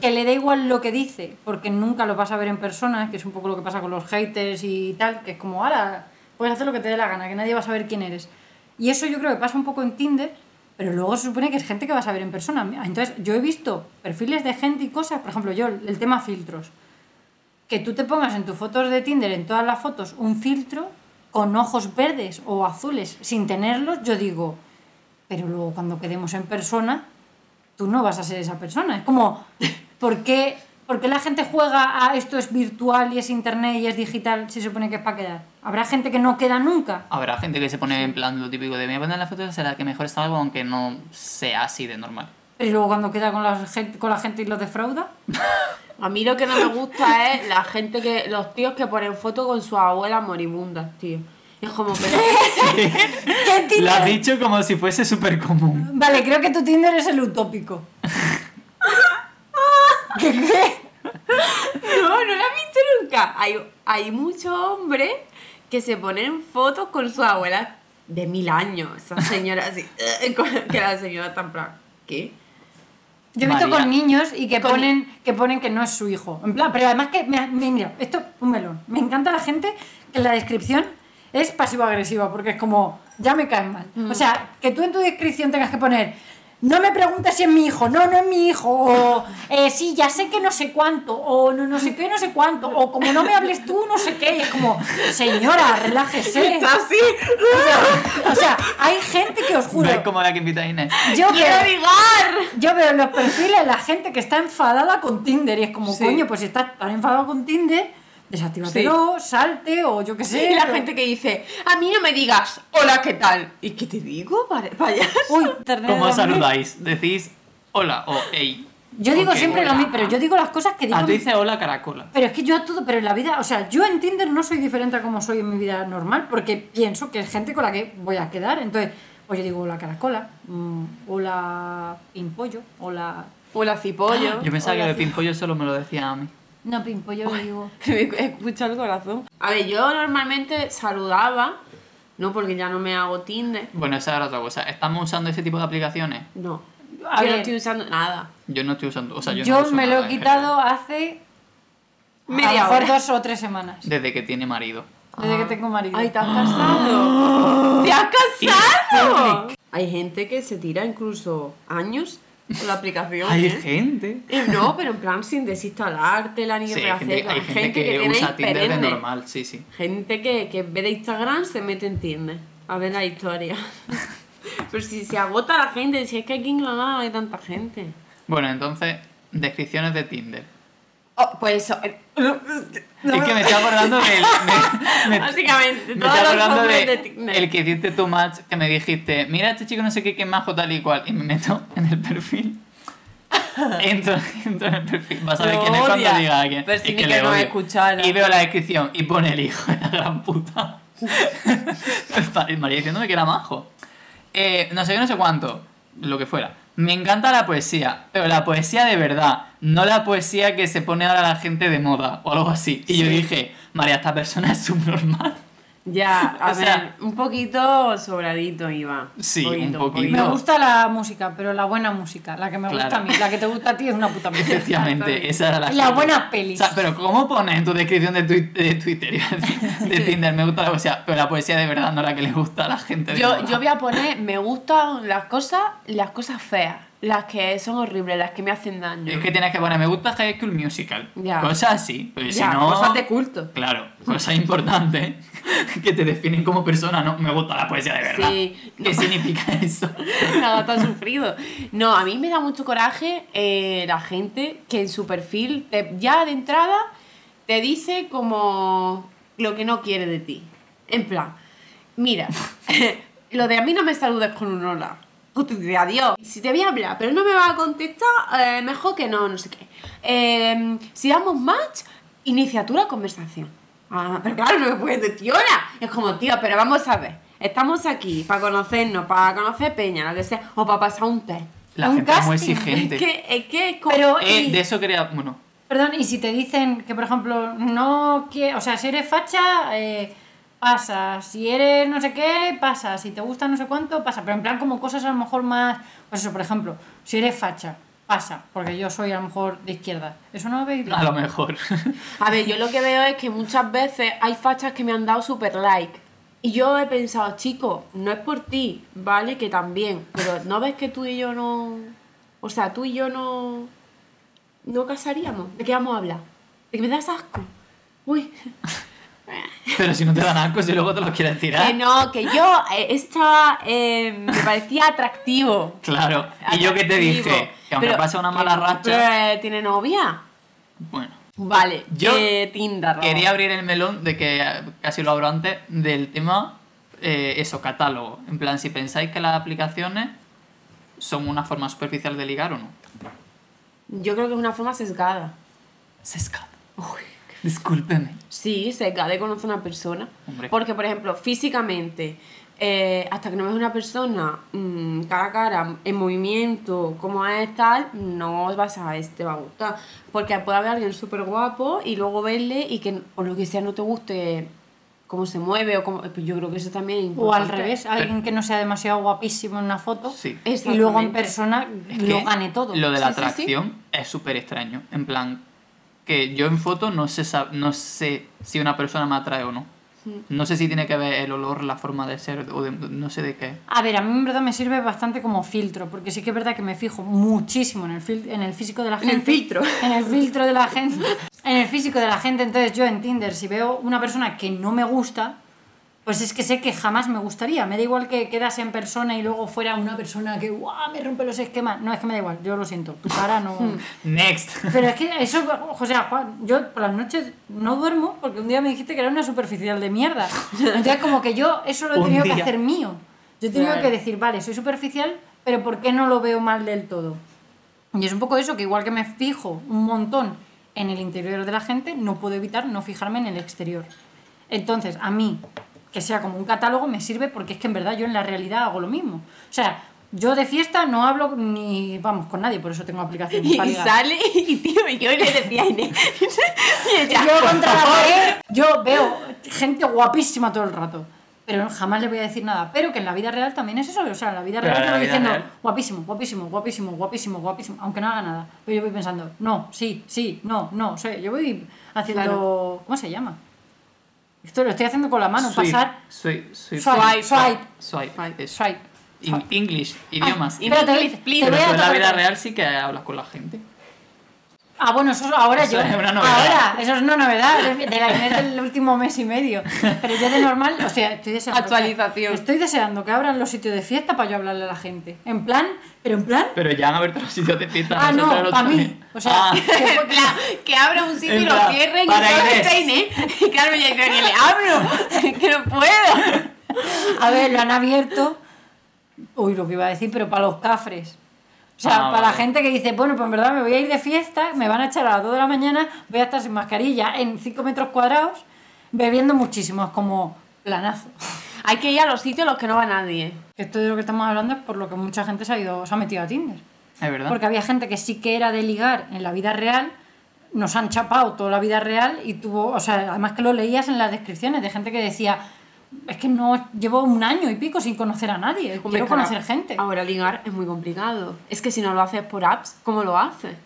[SPEAKER 2] que le da igual lo que dice, porque nunca lo vas a ver en persona, que es un poco lo que pasa con los haters y tal, que es como, ahora puedes hacer lo que te dé la gana, que nadie va a saber quién eres. Y eso yo creo que pasa un poco en Tinder, pero luego se supone que es gente que vas a ver en persona. Entonces, yo he visto perfiles de gente y cosas, por ejemplo, yo, el tema filtros que tú te pongas en tus fotos de Tinder, en todas las fotos, un filtro con ojos verdes o azules sin tenerlos, yo digo, pero luego cuando quedemos en persona, tú no vas a ser esa persona. Es como, ¿por qué, por qué la gente juega a esto es virtual y es internet y es digital si se supone que es para quedar? Habrá gente que no queda nunca.
[SPEAKER 1] Habrá gente que se pone en plan lo típico de me voy a poner la foto será que mejor salgo aunque no sea así de normal.
[SPEAKER 2] Pero luego cuando queda con la gente, con la gente y los defrauda,
[SPEAKER 3] A mí lo que no me gusta es la gente que. Los tíos que ponen foto con sus abuelas moribundas, tío. Y Es como, pero.
[SPEAKER 2] ¿qué Tinder?
[SPEAKER 1] Lo has dicho como si fuese súper común.
[SPEAKER 2] Vale, creo que tu Tinder es el utópico. ¿Qué, qué?
[SPEAKER 3] No, no la he visto nunca. Hay, hay muchos hombres que se ponen fotos con su abuela de mil años. Esa señora así. eh, con- que la señora está en plan. ¿Qué?
[SPEAKER 2] Yo he visto
[SPEAKER 1] María.
[SPEAKER 2] con niños y que
[SPEAKER 3] Con-
[SPEAKER 2] ponen, que ponen que no es su hijo. En plan, pero además que, me, me- mira, esto es un melón. Me encanta la gente que la descripción es pasivo-agresiva, porque es como, ya me caen mal.
[SPEAKER 3] Mm.
[SPEAKER 2] O sea, que tú en tu descripción tengas que poner, no me preguntes si es mi hijo, no, no es mi hijo, o eh, sí, ya sé que no sé cuánto, o no, no sé qué, no sé cuánto, o como no me hables tú, no sé qué, y es como, señora, relájese.
[SPEAKER 3] Está así.
[SPEAKER 2] O sea, hay gente que os
[SPEAKER 1] No es
[SPEAKER 2] juro.
[SPEAKER 1] como la que invita a Inés.
[SPEAKER 2] Yo
[SPEAKER 3] ¡Quiero
[SPEAKER 2] que-
[SPEAKER 3] ligar!
[SPEAKER 2] yo veo en los perfiles la gente que está enfadada con Tinder y es como,
[SPEAKER 3] Sí.
[SPEAKER 2] coño, pues si estás tan enfadado con Tinder, desactívatelo, salte o yo qué sé.
[SPEAKER 3] y la
[SPEAKER 2] pero-
[SPEAKER 3] gente que dice, a mí no me digas, hola, ¿qué tal? ¿Y qué te digo, pare- payaso?
[SPEAKER 2] Uy, internet
[SPEAKER 1] ¿Cómo
[SPEAKER 2] de
[SPEAKER 1] os
[SPEAKER 2] hombre.
[SPEAKER 1] saludáis? Decís hola o hey.
[SPEAKER 2] Yo digo
[SPEAKER 1] Ok,
[SPEAKER 2] siempre lo
[SPEAKER 1] hola.
[SPEAKER 2] mismo, pero yo digo las cosas que digo.
[SPEAKER 1] Ah, tú dices hola caracola.
[SPEAKER 2] Pero es que yo a todo, pero en la vida, o sea, yo en Tinder no soy diferente a como soy en mi vida normal, porque pienso que es gente con la que voy a quedar. Entonces, pues yo digo hola caracola, mm, hola pimpollo, hola
[SPEAKER 3] Hola, cipollo.
[SPEAKER 1] Yo pensaba que
[SPEAKER 2] Hola,
[SPEAKER 1] lo de
[SPEAKER 2] sí.
[SPEAKER 1] pimpollo solo me lo decía a mí.
[SPEAKER 2] No, Pimpo, yo digo.
[SPEAKER 3] Escucha el corazón. A ver, yo normalmente saludaba, no porque ya no me hago Tinder.
[SPEAKER 1] Bueno, esa era otra cosa. ¿Estamos usando ese tipo de aplicaciones?
[SPEAKER 3] No.
[SPEAKER 2] A
[SPEAKER 3] yo no
[SPEAKER 2] ver.
[SPEAKER 3] estoy usando nada.
[SPEAKER 1] Yo no estoy usando. O sea, yo,
[SPEAKER 2] Yo,
[SPEAKER 1] no uso
[SPEAKER 2] me lo
[SPEAKER 1] nada
[SPEAKER 2] he
[SPEAKER 1] en
[SPEAKER 2] quitado hace. a
[SPEAKER 3] Media
[SPEAKER 2] lo mejor
[SPEAKER 3] hora.
[SPEAKER 2] dos o tres semanas.
[SPEAKER 1] general, Desde que tiene marido.
[SPEAKER 2] Desde que tengo marido.
[SPEAKER 3] Ay, te has casado. ¡Te has casado! Hay gente que se tira incluso años con la aplicación.
[SPEAKER 1] Hay
[SPEAKER 3] ¿eh?
[SPEAKER 1] gente.
[SPEAKER 3] Eh, No, pero en plan sin desinstalártela ni
[SPEAKER 1] Sí, hay
[SPEAKER 3] rehacerla.
[SPEAKER 1] gente, hay gente que,
[SPEAKER 3] tiene
[SPEAKER 1] usa Tinder de
[SPEAKER 3] hiperende.
[SPEAKER 1] normal, sí, sí.
[SPEAKER 3] Gente que, que en vez de Instagram se mete en Tinder a ver la historia. Pero si se agota la gente, si es que aquí en Granada no hay tanta gente.
[SPEAKER 1] Bueno, entonces, descripciones de Tinder.
[SPEAKER 3] Oh, pues eso. eh,
[SPEAKER 1] es que me estoy acordando del. me- me-
[SPEAKER 3] Básicamente,
[SPEAKER 1] me
[SPEAKER 3] todos
[SPEAKER 1] estoy
[SPEAKER 3] los
[SPEAKER 1] acordando
[SPEAKER 3] hombres de,
[SPEAKER 1] de
[SPEAKER 3] Tinder.
[SPEAKER 1] el que hiciste tu match, que me dijiste, mira este chico no sé qué, que es majo tal y cual, y me meto en el perfil. Entro, entro en el perfil, vas a ver
[SPEAKER 3] Lo
[SPEAKER 1] quién es cuando
[SPEAKER 3] odia,
[SPEAKER 1] diga a quién.
[SPEAKER 3] pero
[SPEAKER 1] Es
[SPEAKER 3] si ni
[SPEAKER 1] que
[SPEAKER 3] que
[SPEAKER 1] le
[SPEAKER 3] nos
[SPEAKER 1] odio.
[SPEAKER 3] escuchara.
[SPEAKER 1] Y veo la descripción y pone el hijo de la gran puta. Y María diciéndome que era majo. Eh, no sé qué, no sé cuánto, lo que fuera. Me encanta la poesía, pero la poesía de verdad, no la poesía que se pone ahora la gente de moda o algo así. Y yo
[SPEAKER 3] Sí.
[SPEAKER 1] dije, María, esta persona es subnormal.
[SPEAKER 3] Ya, a
[SPEAKER 1] O
[SPEAKER 3] ver,
[SPEAKER 1] sea-
[SPEAKER 3] un poquito sobradito iba.
[SPEAKER 1] Sí, un poquito.
[SPEAKER 2] Me
[SPEAKER 1] No.
[SPEAKER 2] gusta la música, pero la buena música, la que me gusta a
[SPEAKER 1] Claro.
[SPEAKER 2] mí. La que te gusta a ti es una puta mierda.
[SPEAKER 1] Efectivamente, esa era la
[SPEAKER 2] Y las
[SPEAKER 1] gente.
[SPEAKER 2] buenas pelis.
[SPEAKER 1] O sea, pero ¿cómo pones en tu descripción de, twi- de Twitter, iba a decir, de Tinder, me gusta la poesía, pero la poesía de verdad no la que le gusta a la gente? de
[SPEAKER 3] Yo,
[SPEAKER 1] moda?
[SPEAKER 3] yo voy a poner, me gustan las cosas, las cosas feas, las que son horribles, las que me hacen daño.
[SPEAKER 1] Es que tienes que poner me gusta High School Musical.
[SPEAKER 3] Ya.
[SPEAKER 1] Cosas así. Pues
[SPEAKER 3] Ya,
[SPEAKER 1] si no.
[SPEAKER 3] cosas de culto.
[SPEAKER 1] Claro, cosas importantes que te definen como persona, ¿no? Me gusta la poesía de verdad.
[SPEAKER 3] Sí,
[SPEAKER 1] ¿Qué significa eso?
[SPEAKER 3] La gata ha sufrido. No, a mí me da mucho coraje eh, la gente que en su perfil, te- ya de entrada, te dice como lo que no quiere de ti. En plan, mira, lo de a mí no me saludes con un hola. Pues te diré adiós. Si te voy a hablar, pero no me vas a contestar, eh, mejor que no, no sé qué. Eh, si damos match, iniciatura conversación. Ah, pero claro, no me puedes decir hola. Es como, tío, pero vamos a ver. Estamos aquí para conocernos, para conocer Peña, lo que sea, o para pasar un test.
[SPEAKER 1] La
[SPEAKER 2] Un
[SPEAKER 1] gente es muy
[SPEAKER 2] casting,
[SPEAKER 1] exigente.
[SPEAKER 3] Es que es, que es como.
[SPEAKER 2] Pero-
[SPEAKER 1] Eh, de eso quería. Bueno,
[SPEAKER 2] Perdón, y si te dicen que, por ejemplo, no que o sea, si eres facha, eh, pasa, si eres no sé qué, pasa, si te gusta no sé cuánto, pasa, pero en plan como cosas a lo mejor más, pues eso, por ejemplo, si eres facha, pasa, porque yo soy a lo mejor de izquierda, eso no lo veis bien.
[SPEAKER 1] a lo mejor.
[SPEAKER 3] A ver, yo lo que veo es que muchas veces hay fachas que me han dado super like. Y yo he pensado, chico, no es por ti, vale, que también. Pero no ves que tú y yo no. O sea, tú y yo no. No casaríamos. ¿De qué vamos a hablar? ¿De que me das asco? Uy.
[SPEAKER 1] Pero si no te dan asco, si luego te lo quieres tirar.
[SPEAKER 3] Que no, que yo eh, estaba. eh, me parecía atractivo.
[SPEAKER 1] Claro. Y yo que te
[SPEAKER 3] Atractivo.
[SPEAKER 1] dije, que aunque
[SPEAKER 3] Pero-
[SPEAKER 1] pase una mala
[SPEAKER 3] pero,
[SPEAKER 1] racha.
[SPEAKER 3] eh, ¿Tiene novia?
[SPEAKER 1] Bueno.
[SPEAKER 3] Vale,
[SPEAKER 1] Yo
[SPEAKER 3] eh, Tinder. ¿no?
[SPEAKER 1] Quería abrir el melón de que eh, casi lo abro antes del tema eh, eso, catálogo. En plan, si pensáis que las aplicaciones son una forma superficial de ligar o no.
[SPEAKER 3] Yo creo que es una forma sesgada.
[SPEAKER 1] Se escapa. Discúlpeme.
[SPEAKER 3] Sí, sesgada de conocer a una persona.
[SPEAKER 1] Hombre.
[SPEAKER 3] Porque, por ejemplo, físicamente, eh, hasta que no ves una persona mm, cara a cara, en movimiento, como es tal, no vas a este te va a gustar. Porque puede haber alguien súper guapo y luego verle y que, o lo que sea, no te guste cómo se mueve o cómo. Pues yo creo que eso también es
[SPEAKER 2] O al
[SPEAKER 3] importante.
[SPEAKER 2] revés, alguien que no sea demasiado guapísimo en una foto
[SPEAKER 1] Sí.
[SPEAKER 2] y luego en
[SPEAKER 3] Exactamente.
[SPEAKER 2] persona
[SPEAKER 1] Es
[SPEAKER 2] lo
[SPEAKER 1] que
[SPEAKER 2] gane todo.
[SPEAKER 1] Lo de la
[SPEAKER 3] Sí, sí, sí.
[SPEAKER 1] atracción es súper extraño. En plan, que yo en foto no sé, sab- no sé si una persona me atrae o no. No sé si tiene que ver el olor, la forma de ser o de, no sé de qué.
[SPEAKER 2] A ver, a mí en verdad me sirve bastante como filtro, porque sí que es verdad que me fijo muchísimo en el, fil- en el físico de la
[SPEAKER 3] En
[SPEAKER 2] gente.
[SPEAKER 3] el filtro.
[SPEAKER 2] En el filtro de la gente. En el físico de la gente. Entonces yo en Tinder, si veo una persona que no me gusta, pues es que sé que jamás me gustaría. Me da igual que quedas en persona y luego fuera una persona que ¡guau! me rompe los esquemas. No, es que me da igual, yo lo siento. Tu cara no.
[SPEAKER 3] Hmm.
[SPEAKER 1] Next.
[SPEAKER 2] Pero es que eso, o sea, Juan, yo por las noches no duermo porque un día me dijiste que era una superficial de mierda. Entonces, como que yo eso lo he
[SPEAKER 1] Un
[SPEAKER 2] tenido que
[SPEAKER 1] día.
[SPEAKER 2] hacer mío. Yo he tenido
[SPEAKER 3] Claro.
[SPEAKER 2] que decir, vale, soy superficial, pero ¿por qué no lo veo mal del todo? Y es un poco eso, que igual que me fijo un montón en el interior de la gente, no puedo evitar no fijarme en el exterior. Entonces, a mí, que sea como un catálogo, me sirve porque es que en verdad yo en la realidad hago lo mismo. O sea, Yo de fiesta no hablo ni, vamos, con nadie, por eso tengo aplicación
[SPEAKER 3] Y
[SPEAKER 2] para ligar.
[SPEAKER 3] sale y tío, y yo le decía a Inés. y ella,
[SPEAKER 2] yo contra la pared, yo veo gente guapísima todo el rato. Pero jamás le voy a decir nada. Pero que en la vida real también es eso. O sea, en la vida
[SPEAKER 1] Claro,
[SPEAKER 2] real te
[SPEAKER 1] en la
[SPEAKER 2] voy
[SPEAKER 1] vida
[SPEAKER 2] diciendo
[SPEAKER 1] real.
[SPEAKER 2] guapísimo, guapísimo, guapísimo, guapísimo, guapísimo. Aunque no haga nada. Pero yo voy pensando, no, sí, sí, no, no. O sea, yo voy haciendo. ¿Cómo se llama? Esto lo estoy haciendo con la mano.
[SPEAKER 1] Swipe,
[SPEAKER 2] Pasar.
[SPEAKER 1] swipe, swipe,
[SPEAKER 2] Swipe,
[SPEAKER 1] swipe,
[SPEAKER 2] swipe.
[SPEAKER 1] swipe, es
[SPEAKER 2] Swipe.
[SPEAKER 1] in- English, idiomas.
[SPEAKER 2] Pero Ah, te-
[SPEAKER 3] English,
[SPEAKER 2] te
[SPEAKER 3] please.
[SPEAKER 2] voy
[SPEAKER 1] Pero
[SPEAKER 2] a
[SPEAKER 1] tú en la
[SPEAKER 2] tocar-
[SPEAKER 1] vida real sí que hablas con la gente.
[SPEAKER 2] Ah, bueno, eso es ahora
[SPEAKER 1] Eso
[SPEAKER 2] yo.
[SPEAKER 1] es una novedad.
[SPEAKER 2] ahora, eso es una novedad de de la Inés del último mes y medio. Pero yo de normal, o sea, estoy deseando.
[SPEAKER 3] Actualización.
[SPEAKER 2] estoy deseando que abran los sitios de fiesta para yo hablarle a la gente. En plan, pero en plan.
[SPEAKER 1] Pero ya han abierto los sitios de fiesta.
[SPEAKER 2] ah,
[SPEAKER 1] nosotros el
[SPEAKER 2] no,
[SPEAKER 1] otro
[SPEAKER 2] para
[SPEAKER 1] día.
[SPEAKER 2] mí. O sea,
[SPEAKER 1] Ah,
[SPEAKER 2] que-
[SPEAKER 3] En plan, que abra un sitio
[SPEAKER 1] En
[SPEAKER 3] y lo
[SPEAKER 1] plan,
[SPEAKER 3] cierren y
[SPEAKER 1] para
[SPEAKER 3] solo
[SPEAKER 1] Inés.
[SPEAKER 3] está Inés. Y Carmen ya dice que le abro, que no puedo.
[SPEAKER 2] a ver, lo han abierto. Uy, lo que iba a decir, pero para los cafres. O sea,
[SPEAKER 1] Ah,
[SPEAKER 2] para la
[SPEAKER 1] vale.
[SPEAKER 2] gente que dice, bueno, pues en verdad me voy a ir de fiesta, me van a echar a las 2 de la mañana, voy a estar sin mascarilla en 5 metros cuadrados, bebiendo muchísimo. Es como planazo.
[SPEAKER 3] Hay que ir a los sitios a los que no va nadie.
[SPEAKER 2] Que esto de lo que estamos hablando es por lo que mucha gente se ha ido, se ha metido a Tinder.
[SPEAKER 1] Ah, Es verdad.
[SPEAKER 2] Porque había gente que sí que era de ligar en la vida real, nos han chapado toda la vida real y tuvo, o sea, además que lo leías en las descripciones de gente que decía, es que no llevo un año y pico sin conocer a nadie,
[SPEAKER 3] Hombre,
[SPEAKER 2] quiero
[SPEAKER 3] claro,
[SPEAKER 2] conocer gente.
[SPEAKER 1] Ah.
[SPEAKER 3] Ahora ligar es muy complicado. Es que si no lo haces por apps, ¿cómo lo haces?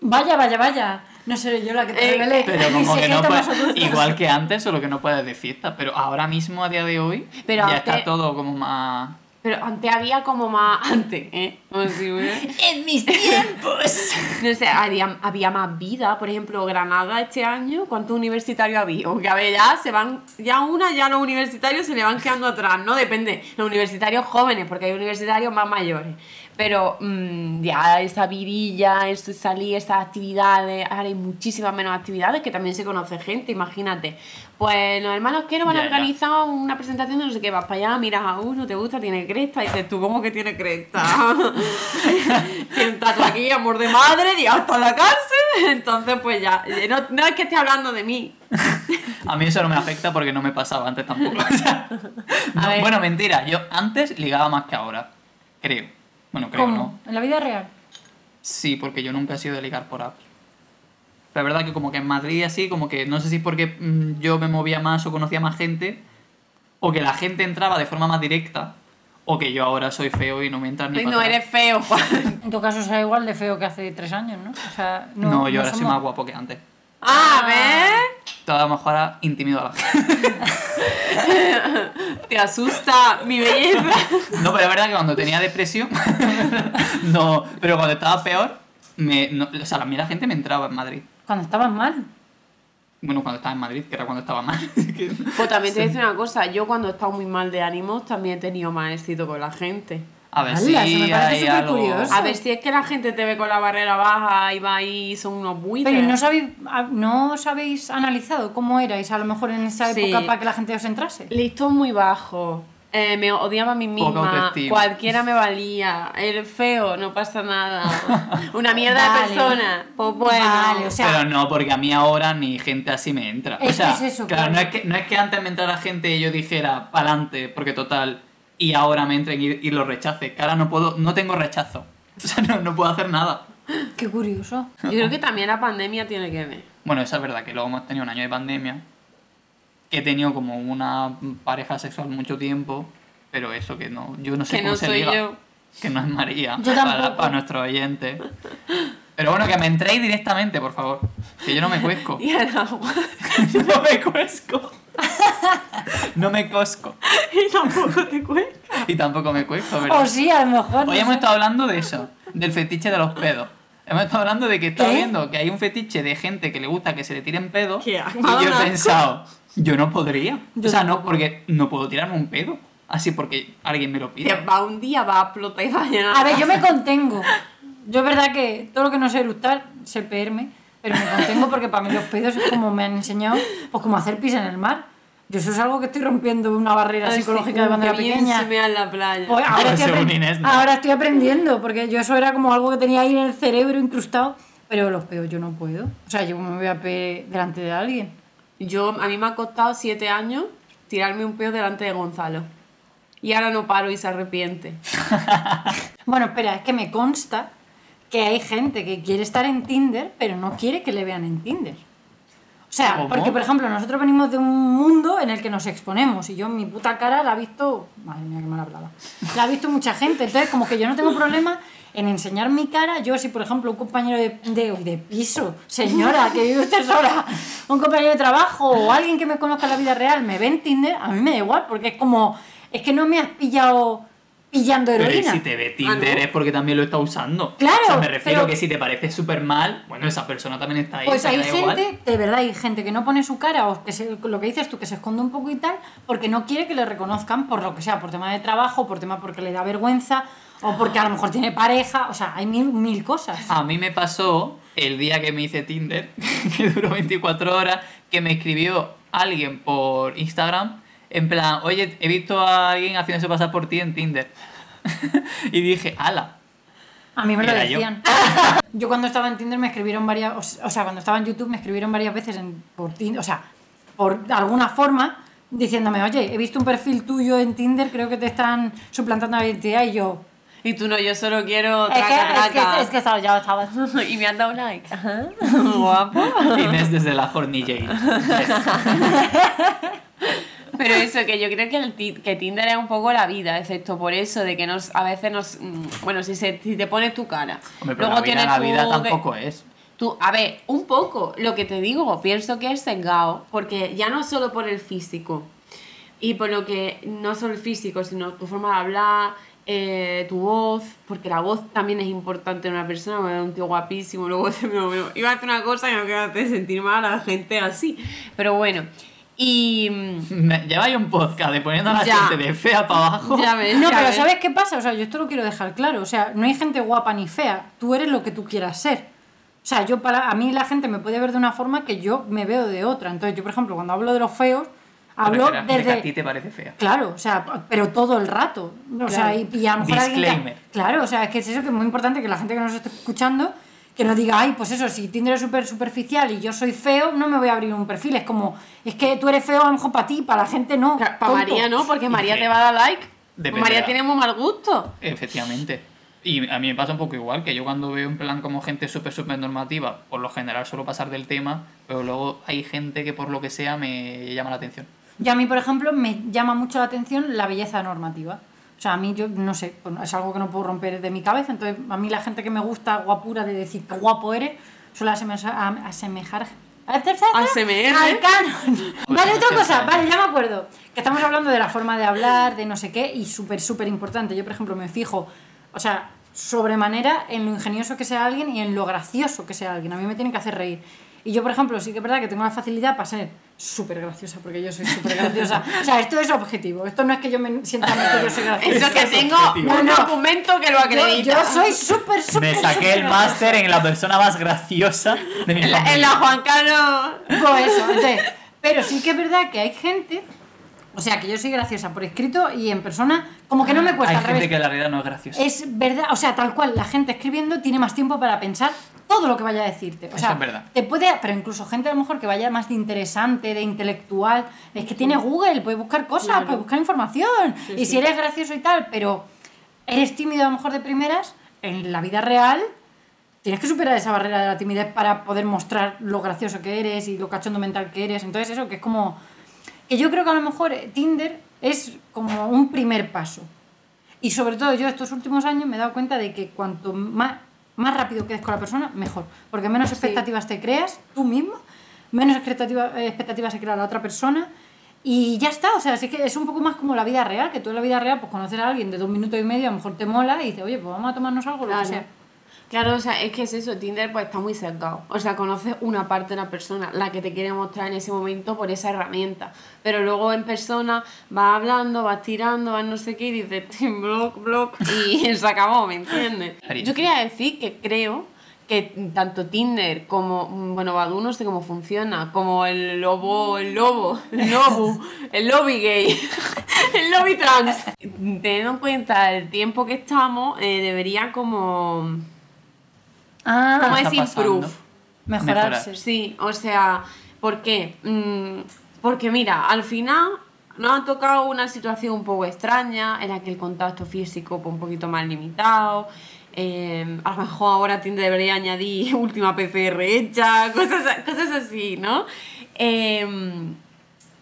[SPEAKER 2] Vaya, vaya, vaya. No seré yo la que te
[SPEAKER 3] Eh,
[SPEAKER 2] revelé.
[SPEAKER 1] Pero como
[SPEAKER 2] Si
[SPEAKER 1] que
[SPEAKER 2] es
[SPEAKER 1] no
[SPEAKER 2] gente
[SPEAKER 1] puedes,
[SPEAKER 2] más adulta.
[SPEAKER 1] igual que antes, solo que no puedes de fiesta, pero ahora mismo, a día de hoy,
[SPEAKER 3] Pero
[SPEAKER 1] ya
[SPEAKER 3] antes-
[SPEAKER 1] está todo como más...
[SPEAKER 3] Pero antes había como más. Antes, ¿eh? Como si hubiera-
[SPEAKER 2] En mis tiempos.
[SPEAKER 3] No sé, había, había más vida. Por ejemplo, Granada este año, ¿cuántos universitarios había? Aunque a ver, ya se van, ya una, ya los universitarios se le van quedando atrás, ¿no? Depende. Los universitarios jóvenes, porque hay universitarios más mayores. Pero mm, ya esa vidilla, eso salir, esas actividades, ahora hay muchísimas menos actividades que también se conoce gente, imagínate. Pues los hermanos que van a
[SPEAKER 1] Ya, ya.
[SPEAKER 3] organizar una presentación de no sé qué, vas para allá, miras a uno, te gusta, tiene cresta, y dices tú, ¿cómo que tiene cresta? tiene un tatu aquí, amor de madre, y hasta la cárcel. Entonces, pues ya, no, no es que esté hablando de mí.
[SPEAKER 1] A mí eso no me afecta porque no me pasaba antes tampoco. o sea, no,
[SPEAKER 3] ver.
[SPEAKER 1] bueno, mentira, yo antes ligaba más que ahora, creo. Bueno, creo no.
[SPEAKER 2] ¿Cómo? En la vida real.
[SPEAKER 1] Sí, porque yo nunca he sido de ligar por apps. Pero es verdad que como que en Madrid y así, como que no sé si es porque mm, yo me movía más o conocía más gente, o que la gente entraba de forma más directa, o que yo ahora soy feo y no me entran ni
[SPEAKER 3] Ay,
[SPEAKER 1] pa'
[SPEAKER 3] No
[SPEAKER 1] atrás.
[SPEAKER 3] eres feo, Juan.
[SPEAKER 2] En tu caso será igual de feo que hace tres años, ¿no? O sea, no,
[SPEAKER 1] No, yo ahora soy
[SPEAKER 2] somos-
[SPEAKER 1] más guapo que antes.
[SPEAKER 3] A ver,
[SPEAKER 1] Todavía mejor ahora intimido a la gente.
[SPEAKER 3] te asusta mi belleza.
[SPEAKER 1] No, pero es verdad que cuando tenía depresión, no, pero cuando estaba peor, me, no- o sea, a mí la gente me entraba en Madrid.
[SPEAKER 2] Cuando estabas mal.
[SPEAKER 1] Bueno, cuando estaba en Madrid, que era cuando estaba mal. que-
[SPEAKER 3] Pues también te voy a decir una cosa, yo cuando he estado muy mal de ánimos también he tenido más éxito con la gente.
[SPEAKER 1] A ver
[SPEAKER 2] Ala,
[SPEAKER 1] si
[SPEAKER 2] eso me parece
[SPEAKER 1] hay algo...
[SPEAKER 2] supercurioso.
[SPEAKER 3] A ver si es que la gente te ve con la barrera baja y va ahí y son unos buitres.
[SPEAKER 2] Pero ¿y no sabéis, a- no os habéis analizado cómo erais a lo mejor en esa
[SPEAKER 3] Sí.
[SPEAKER 2] época para que la gente os entrase.
[SPEAKER 3] Listón muy bajo. Eh, me odiaba a mí
[SPEAKER 1] Poca
[SPEAKER 3] misma.
[SPEAKER 1] autoestima.
[SPEAKER 3] Cualquiera me valía. El feo, no pasa nada. Una mierda
[SPEAKER 2] Vale.
[SPEAKER 3] de persona. Pues bueno.
[SPEAKER 2] Vale, o sea,
[SPEAKER 1] pero no, porque a mí ahora ni gente así me entra.
[SPEAKER 2] Es
[SPEAKER 1] o
[SPEAKER 2] que
[SPEAKER 1] sea,
[SPEAKER 2] es eso,
[SPEAKER 1] claro,
[SPEAKER 2] claro.
[SPEAKER 1] No, es que, no es que antes me entrara gente y yo dijera, pa'lante, porque total, y ahora me entren y, y lo rechace. Que ahora no puedo, no tengo rechazo. O sea, no, no puedo hacer nada.
[SPEAKER 2] qué curioso.
[SPEAKER 3] Yo creo que también la pandemia tiene que ver.
[SPEAKER 1] Bueno, eso es verdad, que luego hemos tenido un año de pandemia, que he tenido como una pareja sexual mucho tiempo, pero eso que no, yo no sé
[SPEAKER 3] Que
[SPEAKER 1] cómo
[SPEAKER 3] no
[SPEAKER 1] se
[SPEAKER 3] soy
[SPEAKER 1] liga,
[SPEAKER 3] yo.
[SPEAKER 1] que no es María,
[SPEAKER 2] Yo
[SPEAKER 1] para,
[SPEAKER 2] tampoco.
[SPEAKER 1] para nuestros oyentes. Pero bueno, que me entréis directamente, por favor, que yo no me cuesco.
[SPEAKER 3] Y al agua.
[SPEAKER 1] No me cuesco. No me cosco.
[SPEAKER 3] Y tampoco te cuesta.
[SPEAKER 1] Y tampoco me cuesco,
[SPEAKER 2] O
[SPEAKER 1] ¿verdad?
[SPEAKER 2] sí, a lo mejor. no
[SPEAKER 1] Hoy hemos
[SPEAKER 2] sé.
[SPEAKER 1] estado hablando de eso, del fetiche de los pedos. Hemos estado hablando de que está
[SPEAKER 2] ¿Qué?
[SPEAKER 1] viendo que hay un fetiche de gente que le gusta que se le tiren pedos. Y
[SPEAKER 3] Qué asco.
[SPEAKER 1] yo
[SPEAKER 3] Madonna.
[SPEAKER 1] he pensado, yo no podría.
[SPEAKER 2] Yo
[SPEAKER 1] o sea, no,
[SPEAKER 2] tampoco.
[SPEAKER 1] porque no puedo tirarme un pedo. Así porque alguien me lo
[SPEAKER 3] Te
[SPEAKER 1] pide.
[SPEAKER 3] Va un día, va a explotar y va a llenar.
[SPEAKER 2] A ver, yo me contengo. Yo es verdad que todo lo que no sé eructar, sé peerme, pero me contengo porque para mí los pedos es como me han enseñado, pues como hacer pis en el mar. Yo eso es algo que estoy rompiendo una barrera
[SPEAKER 3] Ay,
[SPEAKER 2] psicológica
[SPEAKER 3] sí,
[SPEAKER 2] de cuando
[SPEAKER 3] qué
[SPEAKER 2] era
[SPEAKER 3] bien
[SPEAKER 2] pequeña.
[SPEAKER 3] se mea en la playa.
[SPEAKER 2] Pues ahora, estoy
[SPEAKER 1] Según
[SPEAKER 2] apren-
[SPEAKER 1] Inés, no.
[SPEAKER 2] ahora estoy aprendiendo, porque yo eso era como algo que tenía ahí en el cerebro incrustado, pero los peos yo no puedo. O sea, yo me voy a peer delante de alguien.
[SPEAKER 3] Yo, a mí me ha costado siete años tirarme un peo delante de Gonzalo. Y ahora no paro y se arrepiente.
[SPEAKER 2] Bueno, espera, es que me consta que hay gente que quiere estar en Tinder, pero no quiere que le vean en Tinder. O sea,
[SPEAKER 1] ¿Cómo?
[SPEAKER 2] porque por ejemplo, nosotros venimos de un mundo en el que nos exponemos y yo mi puta cara la ha visto. Madre mía, qué mal hablaba. La ha visto mucha gente. Entonces, como que yo no tengo problema en enseñar mi cara. Yo, si por ejemplo, un compañero de, de, de piso, señora, que vive usted sola, un compañero de trabajo o alguien que me conozca en la vida real me ve en Tinder, a mí me da igual, porque es como. Es que no me has pillado pillando
[SPEAKER 1] Pero
[SPEAKER 2] heroína.
[SPEAKER 1] y si te ve Tinder
[SPEAKER 3] Ah, ¿no?
[SPEAKER 1] es porque también lo está usando.
[SPEAKER 2] Claro,
[SPEAKER 1] O sea, me refiero
[SPEAKER 2] pero-
[SPEAKER 1] que si te parece súper mal, bueno, esa persona también está ahí.
[SPEAKER 2] Pues
[SPEAKER 1] o sea,
[SPEAKER 2] hay
[SPEAKER 1] que da igual.
[SPEAKER 2] gente, de verdad, hay gente que no pone su cara o que se- lo que dices tú, que se esconde un poco y tal, porque no quiere que le reconozcan por lo que sea, por tema de trabajo, por tema porque le da vergüenza o porque a lo mejor tiene pareja, o sea, hay mil, mil cosas.
[SPEAKER 1] A mí me pasó el día que me hice Tinder, que duró 24 horas, que me escribió alguien por Instagram, en plan, oye, he visto a alguien haciéndose pasar por ti en Tinder. y dije, ala.
[SPEAKER 2] A mí me lo
[SPEAKER 1] Era yo.
[SPEAKER 2] decían. Yo. cuando estaba en Tinder me escribieron varias, o s- o sea, cuando estaba en YouTube me escribieron varias veces en, por Tinder, o sea, por de alguna forma diciéndome, oye, he visto un perfil tuyo en Tinder, creo que te están suplantando la identidad y yo...
[SPEAKER 3] Y tú no, yo solo quiero
[SPEAKER 2] Es que,
[SPEAKER 3] traca,
[SPEAKER 2] es
[SPEAKER 3] traca.
[SPEAKER 2] que, es que estaba- ya estaba...
[SPEAKER 3] y me han dado like. Ajá. Guapo.
[SPEAKER 1] Inés desde la Hornillade.
[SPEAKER 3] Pero eso, que yo creo que, el ti- que Tinder es un poco la vida, excepto por eso, de que nos, a veces nos. mm, Bueno, si, se, si te pones tu cara.
[SPEAKER 1] Hombre, pero la vida, la
[SPEAKER 3] tu
[SPEAKER 1] vida
[SPEAKER 3] de-
[SPEAKER 1] tampoco es.
[SPEAKER 3] Tú, a ver, un poco lo que te digo, pienso que es sesgado, porque ya no solo por el físico, y por lo que no solo el físico, sino tu forma de hablar, eh, tu voz, porque la voz también es importante en una persona, porque es un tío guapísimo, luego se me, me- iba a hacer una cosa que no quiero hacer sentir mal a la gente así, pero bueno, y... mm,
[SPEAKER 1] Me- Lleva ahí un podcast de poniendo a la
[SPEAKER 3] Ya.
[SPEAKER 1] gente de fea para abajo.
[SPEAKER 3] Ya ves,
[SPEAKER 2] No,
[SPEAKER 3] ya
[SPEAKER 2] pero
[SPEAKER 3] ves.
[SPEAKER 2] ¿sabes qué pasa? O sea, yo esto lo quiero dejar claro. O sea, no hay gente guapa ni fea. Tú eres lo que tú quieras ser. O sea, yo para a mí la gente me puede ver de una forma que yo me veo de otra. Entonces, yo, por ejemplo, cuando hablo de los feos, hablo
[SPEAKER 1] Espera, espera, de que a ti
[SPEAKER 2] desde
[SPEAKER 1] te parece fea.
[SPEAKER 2] Claro, o sea, pero todo el rato. O sea, y, y a lo mejor alguien que-
[SPEAKER 1] Disclaimer.
[SPEAKER 2] Claro, o sea, es que es eso que es muy importante que la gente que nos esté escuchando que no diga, ay, pues eso, si Tinder es súper superficial y yo soy feo, no me voy a abrir un perfil. Es como, es que tú eres feo a lo mejor para ti, para la gente no.
[SPEAKER 3] Para
[SPEAKER 2] tonto.
[SPEAKER 3] María no, porque María
[SPEAKER 1] que-
[SPEAKER 3] te va a dar like.
[SPEAKER 1] Depende de
[SPEAKER 3] María
[SPEAKER 1] la-
[SPEAKER 3] tiene muy mal gusto.
[SPEAKER 1] Efectivamente. Y a mí me pasa un poco igual, que yo cuando veo en plan como gente súper, súper normativa, por lo general suelo pasar del tema, pero luego hay gente que por lo que sea me llama la atención.
[SPEAKER 2] Y a mí, por ejemplo, me llama mucho la atención la belleza normativa. O sea, a mí yo no sé, pues es algo que no puedo romper de mi cabeza. Entonces, a mí la gente que me gusta guapura de decir que guapo eres, suele asemeja- am- asemejar.
[SPEAKER 3] ASMR.
[SPEAKER 2] Al canon.
[SPEAKER 1] Pues
[SPEAKER 2] Vale, otra
[SPEAKER 1] muchas
[SPEAKER 2] cosa,
[SPEAKER 1] gracias.
[SPEAKER 2] vale, ya me acuerdo. Que estamos hablando de la forma de hablar, de no sé qué, y súper, súper importante. Yo, por ejemplo, me fijo, o sea, sobremanera en lo ingenioso que sea alguien y en lo gracioso que sea alguien. A mí me tienen que hacer reír. Y yo, por ejemplo, sí que es verdad que tengo la facilidad para ser súper graciosa, porque yo soy súper graciosa. O sea, esto es objetivo. Esto no es que yo me sienta mal que yo soy graciosa.
[SPEAKER 3] Eso que tengo
[SPEAKER 1] objetivo.
[SPEAKER 3] un
[SPEAKER 2] No, no.
[SPEAKER 3] documento que lo
[SPEAKER 2] Yo,
[SPEAKER 3] acredita.
[SPEAKER 2] yo soy súper, súper,
[SPEAKER 1] Me saqué
[SPEAKER 2] súper
[SPEAKER 1] el
[SPEAKER 2] graciosa.
[SPEAKER 1] máster en la persona más graciosa de mi
[SPEAKER 3] En la,
[SPEAKER 1] familia.
[SPEAKER 3] en la Juan Carlos.
[SPEAKER 2] Pues eso, entonces, pero sí que es verdad que hay gente, o sea, que yo soy graciosa por escrito y en persona, como que no me
[SPEAKER 1] Ah, Hay
[SPEAKER 2] cuesta pues al
[SPEAKER 1] gente
[SPEAKER 2] revés.
[SPEAKER 1] que la realidad no es graciosa.
[SPEAKER 2] Es verdad, o sea, tal cual, la gente escribiendo tiene más tiempo para pensar todo lo que vaya a decirte. O
[SPEAKER 1] Eso
[SPEAKER 2] sea,
[SPEAKER 1] es verdad.
[SPEAKER 2] te puede, pero incluso gente a lo mejor que vaya más de interesante, de intelectual, es que tiene Google, puede buscar cosas,
[SPEAKER 3] Claro.
[SPEAKER 2] puede buscar información.
[SPEAKER 3] Sí,
[SPEAKER 2] y
[SPEAKER 3] sí.
[SPEAKER 2] si eres gracioso y tal, pero eres tímido a lo mejor de primeras, en la vida real tienes que superar esa barrera de la timidez para poder mostrar lo gracioso que eres y lo cachondo mental que eres. Entonces, eso que es como. Que yo creo que a lo mejor eh, Tinder es como un primer paso. Y sobre todo yo estos últimos años me he dado cuenta de que cuanto más, más rápido quedes con la persona, mejor. Porque menos expectativas te creas tú mismo, menos expectativa- eh, expectativas se crea la otra persona. Y ya está, o sea, así que es un poco más como la vida real, que tú en la vida real pues conocer a alguien de dos minutos y medio, a lo mejor te mola y dices, oye, pues vamos a tomarnos algo, lo que sea.
[SPEAKER 3] Claro, o sea, es que es eso, Tinder pues está muy sesgado. O sea, conoces una parte de la persona, la que te quiere mostrar en ese momento por esa herramienta. Pero luego en persona vas hablando, vas tirando, vas no sé qué y dices, "Tim, block, block, y se acabó, ¿me entiendes?
[SPEAKER 1] Experiencia.
[SPEAKER 3] Yo quería decir que creo que tanto Tinder como, mm, bueno, Badu no sé cómo funciona, como el lobo, el lobo, el lobo, el lobby gay, el lobby trans. Teniendo en cuenta el tiempo que estamos, eh, debería como ¿Cómo
[SPEAKER 2] Ah,
[SPEAKER 1] está
[SPEAKER 3] es improve?
[SPEAKER 1] pasando?
[SPEAKER 2] mejorarse.
[SPEAKER 3] Sí, o sea, ¿por qué? Mm, porque mira, al final Nos ha tocado una situación un poco extraña en la que el contacto físico fue un poquito más limitado. eh, a lo mejor ahora Tinder debería añadir última PCR hecha, cosas, a- cosas así, ¿no? Em,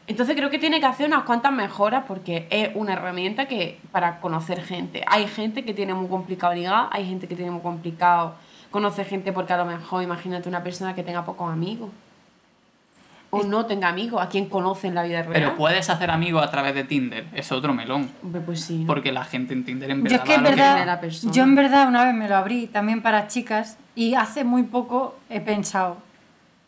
[SPEAKER 3] entonces creo que tiene que hacer unas cuantas mejoras porque es una herramienta que para conocer gente. Hay gente que tiene muy complicado ligar, hay gente que tiene muy complicado conocer gente porque a lo mejor imagínate una persona que tenga pocos amigos. O no tenga amigos, a quien conoce en la vida real.
[SPEAKER 1] Pero puedes hacer amigos a través de Tinder, es otro melón.
[SPEAKER 3] Hombre, pues sí. ¿no?
[SPEAKER 1] Porque la gente en Tinder en
[SPEAKER 2] Yo
[SPEAKER 1] verdad.
[SPEAKER 2] es que en
[SPEAKER 1] va a lo que-
[SPEAKER 2] verdad,
[SPEAKER 3] primera persona.
[SPEAKER 2] yo en verdad una vez me lo abrí también para chicas y hace muy poco he pensado,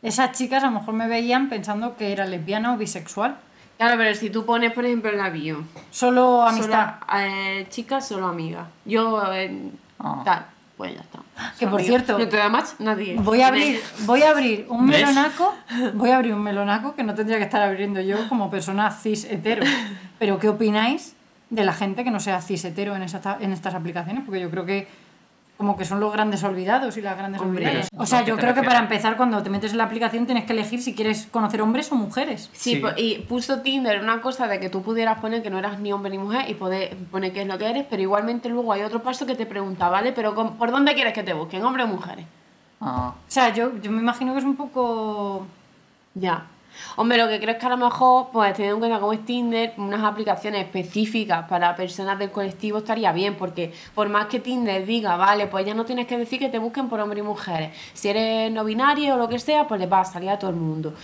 [SPEAKER 2] esas chicas a lo mejor me veían pensando que era lesbiana o bisexual,
[SPEAKER 3] Claro, pero si tú pones, por ejemplo, en la bio.
[SPEAKER 2] solo amistad.
[SPEAKER 3] Solo, eh, chicas, solo amigas. Yo, eh,
[SPEAKER 1] Ah.
[SPEAKER 3] tal. Pues ya está.
[SPEAKER 2] Que
[SPEAKER 3] Solo
[SPEAKER 2] por
[SPEAKER 3] amigas.
[SPEAKER 2] cierto-
[SPEAKER 3] No te da más nadie.
[SPEAKER 2] Voy a abrir, voy a abrir un
[SPEAKER 1] ¿Ves?
[SPEAKER 2] melonaco, voy a abrir un melonaco que no tendría que estar abriendo yo como persona cis hetero. Pero ¿qué opináis de la gente que no sea cis hetero en, esas- en estas aplicaciones? Porque yo creo que como que son los grandes olvidados y las grandes
[SPEAKER 3] Hombre,
[SPEAKER 2] olvidadas.
[SPEAKER 1] pero
[SPEAKER 2] O sea,
[SPEAKER 1] ¿a qué
[SPEAKER 2] yo
[SPEAKER 1] te
[SPEAKER 2] creo que
[SPEAKER 1] refieres?
[SPEAKER 2] para empezar cuando te metes en la aplicación tienes que elegir si quieres conocer hombres o mujeres.
[SPEAKER 3] Sí,
[SPEAKER 1] Sí.
[SPEAKER 3] po- y puso Tinder una cosa de que tú pudieras poner que no eras ni hombre ni mujer y poder poner qué es lo que eres, pero igualmente luego hay otro paso que te pregunta, ¿vale? Pero con- ¿por dónde quieres que te busquen, hombre o mujeres?
[SPEAKER 1] Ah.
[SPEAKER 2] O sea, yo, yo me imagino que es un poco...
[SPEAKER 3] Ya. Hombre, lo que creo es que a lo mejor, pues teniendo en cuenta cómo es Tinder, unas aplicaciones específicas para personas del colectivo estaría bien, porque por más que Tinder diga, vale, pues ya no tienes que decir que te busquen por hombres y mujeres. Si eres no binario o lo que sea, pues le va a salir a todo el mundo.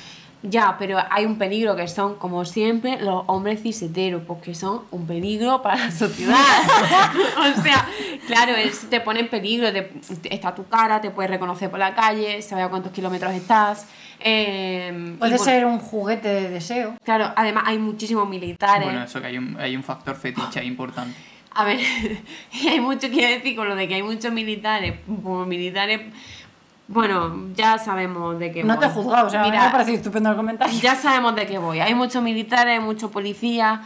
[SPEAKER 3] Ya, pero hay un peligro que son, como siempre, los hombres ciseteros, porque son un peligro para la sociedad. o sea, claro, es- te pone en peligro, te- te- está tu cara, te puedes reconocer por la calle, sabe a cuántos kilómetros estás. eh, y
[SPEAKER 2] Puede
[SPEAKER 3] por-
[SPEAKER 2] ser un juguete de deseo.
[SPEAKER 3] Claro, además hay muchísimos militares.
[SPEAKER 1] Bueno, eso que hay un, hay un factor fetiche ahí importante.
[SPEAKER 3] A ver, y hay mucho que decir con lo de que hay muchos militares, como militares, bueno, ya sabemos de qué
[SPEAKER 2] No te he
[SPEAKER 3] voy.
[SPEAKER 2] juzgado, o sea,
[SPEAKER 3] Mira,
[SPEAKER 2] me ha parecido estupendo el comentario.
[SPEAKER 3] ya sabemos de qué voy. Hay muchos militares, muchos policías,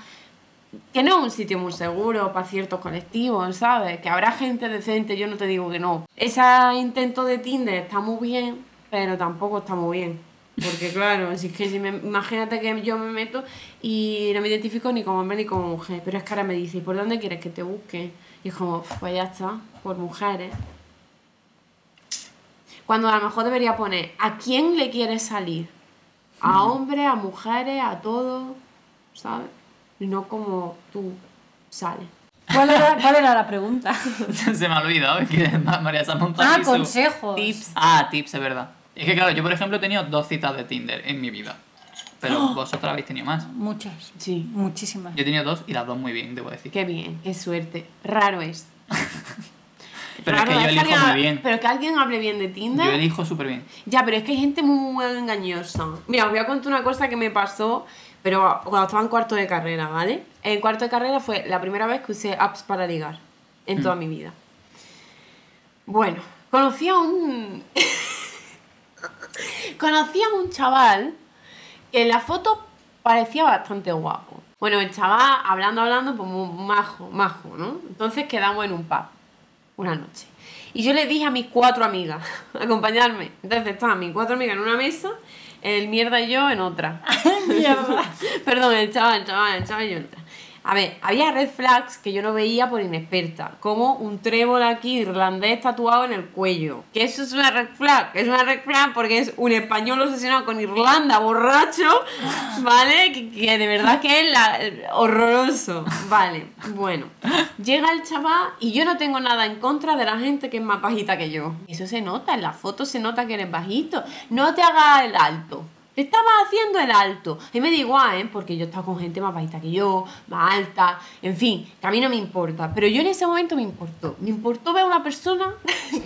[SPEAKER 3] que no es un sitio muy seguro para ciertos colectivos, ¿sabes? Que habrá gente decente, yo no te digo que no. Ese intento de Tinder está muy bien, pero tampoco está muy bien. Porque claro, si es que si me- imagínate que yo me meto y no me identifico ni como hombre ni como mujer, pero es que ahora me dice, "¿Y ¿por dónde quieres que te busque? Y es como, pues ya está, por mujeres. Cuando a lo mejor debería poner, ¿a quién le quieres salir? A hombres, a mujeres, a todos, ¿sabes? Y no como tú sales.
[SPEAKER 2] ¿Cuál era, cuál era la pregunta?
[SPEAKER 1] Se me ha olvidado es que Ma- María se ha montado
[SPEAKER 2] Ah,
[SPEAKER 1] aquí su-
[SPEAKER 2] consejos.
[SPEAKER 3] Tips.
[SPEAKER 1] Ah, tips, es verdad. Es que claro, yo por ejemplo he tenido dos citas de Tinder en mi vida.
[SPEAKER 3] ¡Ah!
[SPEAKER 1] Pero vosotras habéis tenido más.
[SPEAKER 2] Muchas.
[SPEAKER 3] Sí.
[SPEAKER 2] Muchísimas.
[SPEAKER 1] Yo he tenido dos y las dos muy bien, debo decir.
[SPEAKER 3] Qué bien, qué suerte. Raro es.
[SPEAKER 1] Pero es
[SPEAKER 3] Raro
[SPEAKER 1] que yo elijo
[SPEAKER 3] alguien-
[SPEAKER 1] muy bien.
[SPEAKER 3] Pero que alguien hable bien de Tinder.
[SPEAKER 1] Yo elijo súper bien.
[SPEAKER 3] Ya, pero es que hay gente muy, muy engañosa. Mira, os voy a contar una cosa que me pasó, pero cuando estaba en cuarto de carrera, ¿vale? En cuarto de carrera fue la primera vez que usé apps para ligar en toda mi vida. Bueno, conocí a un. conocí a un chaval que en la foto parecía bastante guapo. Bueno, el chaval, hablando, hablando, pues muy majo, majo, ¿no? Entonces quedamos en un pub una noche. Y yo le dije a mis cuatro amigas, acompañarme. Entonces estaban mis cuatro amigas en una mesa, el mierda y yo en otra. Perdón, el chaval, el chaval, el chaval y yo en otra. A ver, había red flags que yo no veía por inexperta, como un trébol aquí irlandés tatuado en el cuello. Que eso es una red flag, es una red flag porque es un español obsesionado con Irlanda, borracho, ¿vale? Que, que de verdad que es la- horroroso, ¿vale? Bueno, llega el chaval y yo no tengo nada en contra de la gente que es más bajita que yo. Eso se nota, en la foto se nota que eres bajito. No te hagas el alto. Te estabas haciendo el alto. Y me da igual, ¿eh? Porque yo he estado con gente más bajita que yo, más alta, en fin, que a mí no me importa. Pero yo en ese momento me importó. Me importó ver a una persona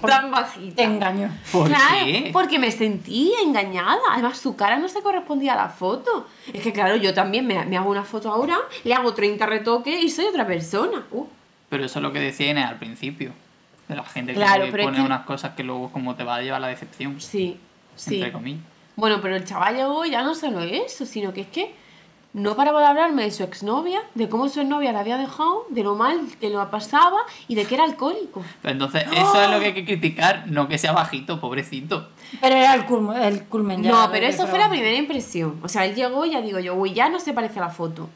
[SPEAKER 3] tan bajita.
[SPEAKER 2] Te engañó.
[SPEAKER 1] ¿Por
[SPEAKER 3] Claro,
[SPEAKER 1] qué?
[SPEAKER 3] Porque me sentí engañada. Además, su cara no se correspondía a la foto. Es que, claro, yo también me, me hago una foto ahora, le hago 30 retoques y soy otra persona. Uh,
[SPEAKER 1] Pero eso es lo que decía Inés al principio. De la gente
[SPEAKER 3] Claro,
[SPEAKER 1] que
[SPEAKER 3] pero es
[SPEAKER 1] pone
[SPEAKER 3] que-
[SPEAKER 1] unas cosas que luego como te va a llevar la decepción.
[SPEAKER 3] sí, sí.
[SPEAKER 1] Entre comillas.
[SPEAKER 3] Bueno, pero el chaval llegó ya no solo eso, sino que es que no paraba de hablarme de su exnovia, de cómo su exnovia la había dejado, de lo mal que lo pasaba y de que era alcohólico.
[SPEAKER 1] Pero Pues entonces,
[SPEAKER 3] ¡Ah!
[SPEAKER 1] eso es lo que hay que criticar, no que sea bajito, pobrecito.
[SPEAKER 2] Pero era el, culmo- el culmen ya.
[SPEAKER 3] No,
[SPEAKER 2] de-
[SPEAKER 3] pero
[SPEAKER 2] de
[SPEAKER 3] eso fue
[SPEAKER 2] probar.
[SPEAKER 3] la primera impresión. O sea, él llegó y ya digo yo, uy, ya no se parece a la foto.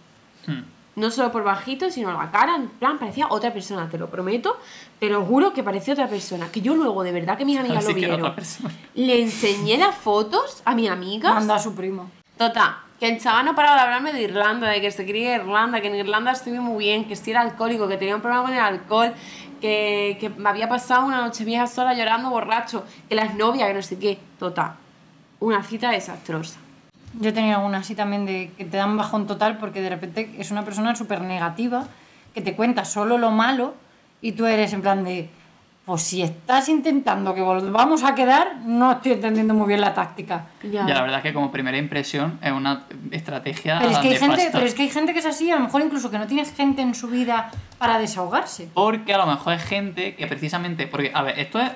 [SPEAKER 1] Hmm.
[SPEAKER 3] No solo por bajito, sino la cara, en plan, parecía otra persona, te lo prometo, te lo juro que parecía otra persona. Que yo luego, de verdad que mis amigas
[SPEAKER 1] Así
[SPEAKER 3] lo
[SPEAKER 1] que era
[SPEAKER 3] vieron.
[SPEAKER 1] otra persona.
[SPEAKER 3] Le enseñé las fotos a mis amigas.
[SPEAKER 2] Manda a su primo.
[SPEAKER 3] Total, Tota, que el chaval no paraba de hablarme de Irlanda, de que se quería ir a Irlanda, que en Irlanda estuve muy bien, que si era alcohólico, que tenía un problema con el alcohol, que, que me había pasado una noche vieja sola llorando borracho, que las novias, que no sé qué. Total, una cita desastrosa.
[SPEAKER 2] Yo he tenido alguna así también de que te dan bajón total porque de repente es una persona súper negativa que te cuenta solo lo malo y tú eres en plan de, pues si estás intentando que volvamos a quedar, no estoy entendiendo muy bien la táctica.
[SPEAKER 1] Ya, la verdad es que como primera impresión es una estrategia
[SPEAKER 3] Ah,
[SPEAKER 2] Pero es, que hay gente,
[SPEAKER 1] nefasta.
[SPEAKER 2] pero es que hay gente que es así, a lo mejor incluso que no tiene gente en su vida para desahogarse.
[SPEAKER 1] Porque a lo mejor es gente que precisamente. Porque, a ver, esto es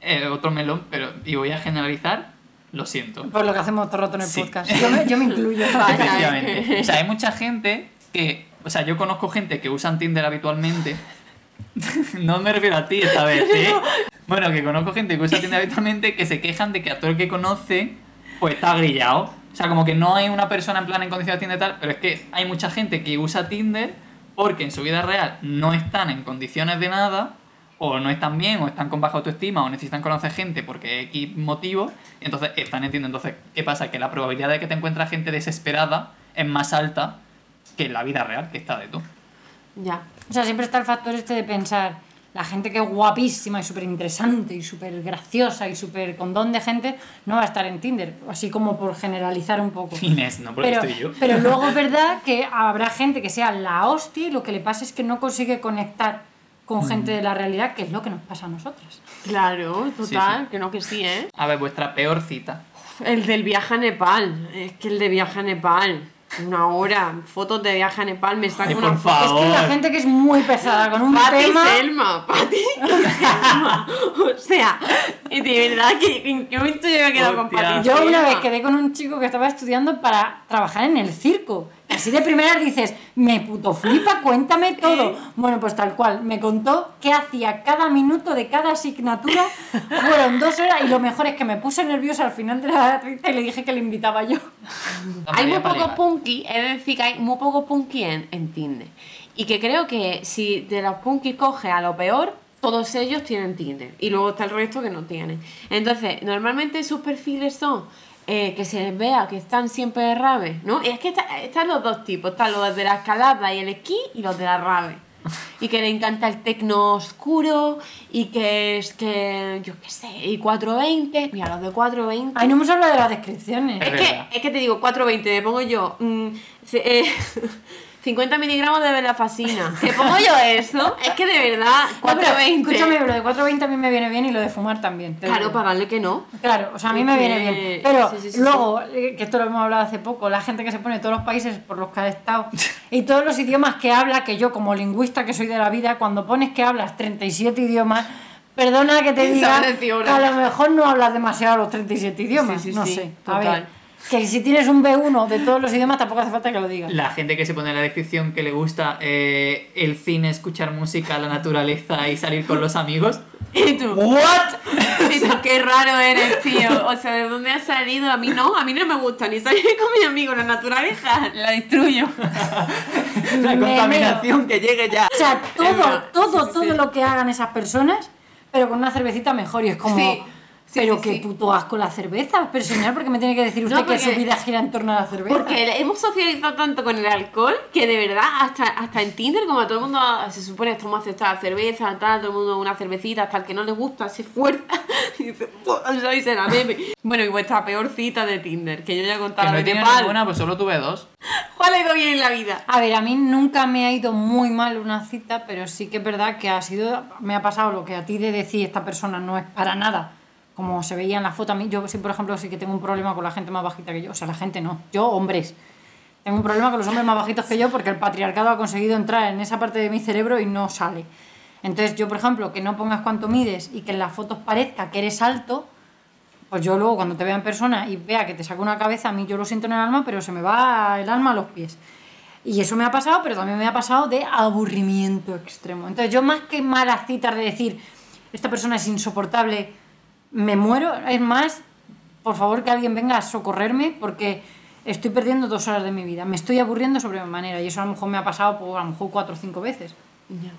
[SPEAKER 1] eh, otro melón, pero. Y voy a generalizar, lo siento.
[SPEAKER 2] Por lo que hacemos todo el rato en el
[SPEAKER 1] Sí.
[SPEAKER 2] podcast. Yo me, yo me incluyo.
[SPEAKER 3] Vaya.
[SPEAKER 1] Efectivamente. O sea, hay mucha gente que. O sea, yo conozco gente que usan Tinder habitualmente. no me refiero a ti esta vez, ¿eh? Bueno, que conozco gente que usa Tinder habitualmente que se quejan de que a todo el que conoce, pues está grillado. O sea, como que no hay una persona en plan en condiciones de Tinder y tal, pero es que hay mucha gente que usa Tinder porque en su vida real no están en condiciones de nada, o no están bien, o están con baja autoestima, o necesitan conocer gente porque X motivo, y entonces están en Tinder. Entonces, ¿qué pasa? Que la probabilidad de que te encuentres gente desesperada es más alta que en la vida real, que está de tú.
[SPEAKER 3] Ya.
[SPEAKER 2] O sea, siempre está el factor este de pensar, la gente que es guapísima y súper interesante y súper graciosa y súper con don de gente, no va a estar en Tinder, así como por generalizar un poco.
[SPEAKER 1] Inés, no porque
[SPEAKER 2] Pero,
[SPEAKER 1] estoy yo.
[SPEAKER 2] pero luego es verdad que habrá gente que sea la hostia y lo que le pasa es que no consigue conectar
[SPEAKER 1] Mm.
[SPEAKER 2] con gente de la realidad, que es lo que nos pasa a nosotras.
[SPEAKER 3] Claro, total,
[SPEAKER 1] Sí, sí.
[SPEAKER 3] que no que sí, ¿eh?
[SPEAKER 1] A ver, vuestra peor cita.
[SPEAKER 3] El del viaje a Nepal, es que el de viaje a Nepal, una hora, fotos de viaje a Nepal, me saco
[SPEAKER 1] Ay,
[SPEAKER 3] una
[SPEAKER 1] por
[SPEAKER 3] foto.
[SPEAKER 1] favor.
[SPEAKER 2] Es que la gente que es muy pesada con un
[SPEAKER 3] Pati
[SPEAKER 2] tema...
[SPEAKER 3] Selma, Pati y Selma. O sea, y de verdad que en qué momento yo había quedado con
[SPEAKER 1] Hostia.
[SPEAKER 3] Pati
[SPEAKER 2] Yo una
[SPEAKER 3] Selma?
[SPEAKER 2] vez quedé con un chico que estaba estudiando para trabajar en el circo. Así de primeras dices, me puto flipa, cuéntame todo. Bueno, pues tal cual, me contó qué hacía cada minuto de cada asignatura. Fueron dos horas y lo mejor es que me puse nerviosa al final de la cita y le dije que le invitaba yo.
[SPEAKER 3] Hay muy
[SPEAKER 1] María para
[SPEAKER 3] poco
[SPEAKER 1] ligar.
[SPEAKER 3] punky, es decir, que hay muy poco punky en, en Tinder. Y que creo que si de los punky coges a lo peor, todos ellos tienen Tinder. Y luego está el resto que no tienen. Entonces, normalmente sus perfiles son eh, que se les vea que están siempre de rave, ¿no? Y es que está- están los dos tipos, están los de la escalada y el esquí y los de la rave. Y que le encanta el tecno oscuro y que es que, yo qué sé, y 420. Mira, los de 420.
[SPEAKER 2] Ay, no hemos hablado de las descripciones.
[SPEAKER 1] Es
[SPEAKER 3] Es que,
[SPEAKER 1] verdad.
[SPEAKER 3] es que te digo, 4.20, me pongo yo. mm, c- eh, 50 miligramos de velafascina. Te pongo yo eso. Es que de verdad,
[SPEAKER 2] No, pero
[SPEAKER 3] 4.20.
[SPEAKER 2] Escúchame, lo de 4.20 a mí me viene bien y lo de fumar también. te
[SPEAKER 3] Claro,
[SPEAKER 2] digo.
[SPEAKER 3] pagarle que no.
[SPEAKER 2] Claro, o sea, a mí me
[SPEAKER 3] Porque-
[SPEAKER 2] viene bien. Pero
[SPEAKER 3] sí, sí, sí,
[SPEAKER 2] luego, eh, que esto lo hemos hablado hace poco, la gente que se pone de todos los países por los que ha estado y todos los idiomas que habla, que yo como lingüista que soy de la vida, cuando pones que hablas 37 idiomas, perdona que te
[SPEAKER 3] Sabes
[SPEAKER 2] diga
[SPEAKER 3] decir
[SPEAKER 2] que
[SPEAKER 3] una.
[SPEAKER 2] a lo mejor no hablas demasiado los 37 idiomas,
[SPEAKER 3] Sí, sí,
[SPEAKER 2] no
[SPEAKER 3] sí,
[SPEAKER 2] sé. A
[SPEAKER 3] total.
[SPEAKER 2] ver, que si tienes un B1 de todos los idiomas tampoco hace falta que lo digas.
[SPEAKER 1] La gente que se pone en la descripción que le gusta eh, el cine, escuchar música, la naturaleza y salir con los amigos.
[SPEAKER 3] Y tú,
[SPEAKER 1] ¿What?
[SPEAKER 3] y tú, qué raro eres, tío. O sea, ¿de dónde has salido? A mí no, a mí no me gusta ni salir con mi amigo. La naturaleza la destruyo.
[SPEAKER 1] La
[SPEAKER 2] Me
[SPEAKER 1] contaminación que llegue ya.
[SPEAKER 2] O sea,
[SPEAKER 3] Es
[SPEAKER 2] todo,
[SPEAKER 3] verdad,
[SPEAKER 2] todo,
[SPEAKER 3] sí, sí,
[SPEAKER 2] todo
[SPEAKER 3] sí.
[SPEAKER 2] lo que hagan esas personas, pero con una cervecita mejor. Y es como,
[SPEAKER 3] Sí, sí,
[SPEAKER 2] pero
[SPEAKER 3] sí,
[SPEAKER 2] qué
[SPEAKER 3] sí.
[SPEAKER 2] puto asco la cerveza, pero señor, porque me tiene que decir usted
[SPEAKER 3] No,
[SPEAKER 2] que
[SPEAKER 3] porque-
[SPEAKER 2] su vida gira en torno a la cerveza.
[SPEAKER 3] Porque le- hemos socializado tanto con el alcohol que de verdad, hasta, hasta en Tinder, como a todo el mundo se supone esto más acepta la cerveza, tal, todo el mundo una cervecita, hasta el que no le gusta se fuerza y dice, "Buah, soy se la bebe". Bueno, y vuestra peor cita de Tinder, que yo ya
[SPEAKER 1] Que
[SPEAKER 3] contaba
[SPEAKER 1] no
[SPEAKER 3] de
[SPEAKER 1] tiene
[SPEAKER 3] Nepal.
[SPEAKER 1] ninguna, pues solo tuve dos.
[SPEAKER 3] ¿Cuál ha ido bien en la vida?
[SPEAKER 2] A ver, a mí nunca me ha ido muy mal una cita, pero sí que es verdad que ha sido, me ha pasado lo que a ti de decir esta persona no es para nada, como se veía en la foto. A mí, yo sí, por ejemplo, sí que tengo un problema con la gente más bajita que yo, o sea, la gente no, yo hombres. Tengo un problema con los hombres más bajitos que yo porque el patriarcado ha conseguido entrar en esa parte de mi cerebro y no sale. Entonces, yo, por ejemplo, que no pongas cuánto mides y que en las fotos parezca que eres alto, pues yo luego cuando te vea en persona y vea que te saco una cabeza, a mí yo lo siento en el alma, pero se me va el alma a los pies. Y eso me ha pasado, pero también me ha pasado de aburrimiento extremo. Entonces yo más que malas citas de decir, esta persona es insoportable, me muero, es más, por favor que alguien venga a socorrerme porque estoy perdiendo dos horas de mi vida, me estoy aburriendo sobremanera y eso a lo mejor me ha pasado pues, a lo mejor cuatro o cinco veces.
[SPEAKER 3] Ya.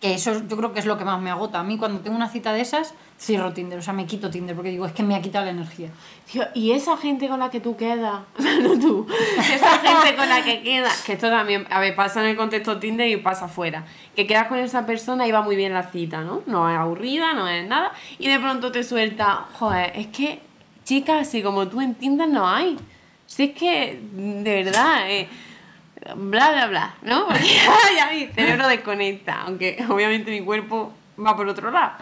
[SPEAKER 2] Que eso yo creo que es lo que más me agota. A mí cuando tengo una cita de esas, cierro Tinder, o sea, me quito Tinder porque digo, es que me ha quitado la energía.
[SPEAKER 3] Tío, y esa gente con la que tú quedas, no tú, esa gente con la que quedas, que esto también, a ver, pasa en el contexto Tinder y pasa afuera, que quedas con esa persona y va muy bien la cita, ¿no? No es aburrida, no es nada, y de pronto te suelta, joder, es que chicas así como tú en Tinder no hay, si es que, de verdad, eh, bla, bla, bla, ¿no? Porque ya mi cerebro desconecta, aunque obviamente mi cuerpo va por otro lado.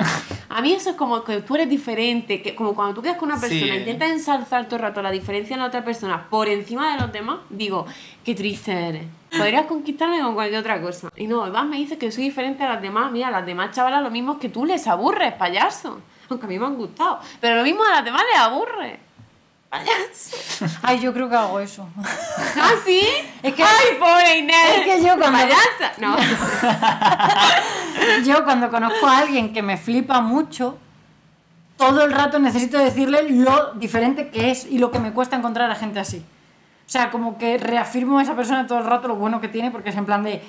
[SPEAKER 3] A mí eso es como que tú eres diferente, que como cuando tú quedas con una persona,
[SPEAKER 1] Sí.
[SPEAKER 3] intentas ensalzar todo el rato la diferencia de la otra persona por encima de los demás, digo, qué triste eres. Podrías conquistarme con cualquier otra cosa. Y no, además me dices que soy diferente a las demás. Mira, a las demás chavalas lo mismo es que tú les aburres, payaso. Aunque a mí me han gustado. Pero lo mismo a las demás les aburre. Payaso.
[SPEAKER 2] Ay, yo creo que hago eso.
[SPEAKER 3] ¿Ah, sí?
[SPEAKER 2] Es que-
[SPEAKER 3] ¡Ay, pobre Inés!
[SPEAKER 2] es que yo cuando-
[SPEAKER 3] ¡Payasa! No.
[SPEAKER 2] Yo cuando conozco a alguien que me flipa mucho, todo el rato necesito decirle lo diferente que es y lo que me cuesta encontrar a gente así. O sea, como que reafirmo a esa persona todo el rato lo bueno que tiene porque es en plan de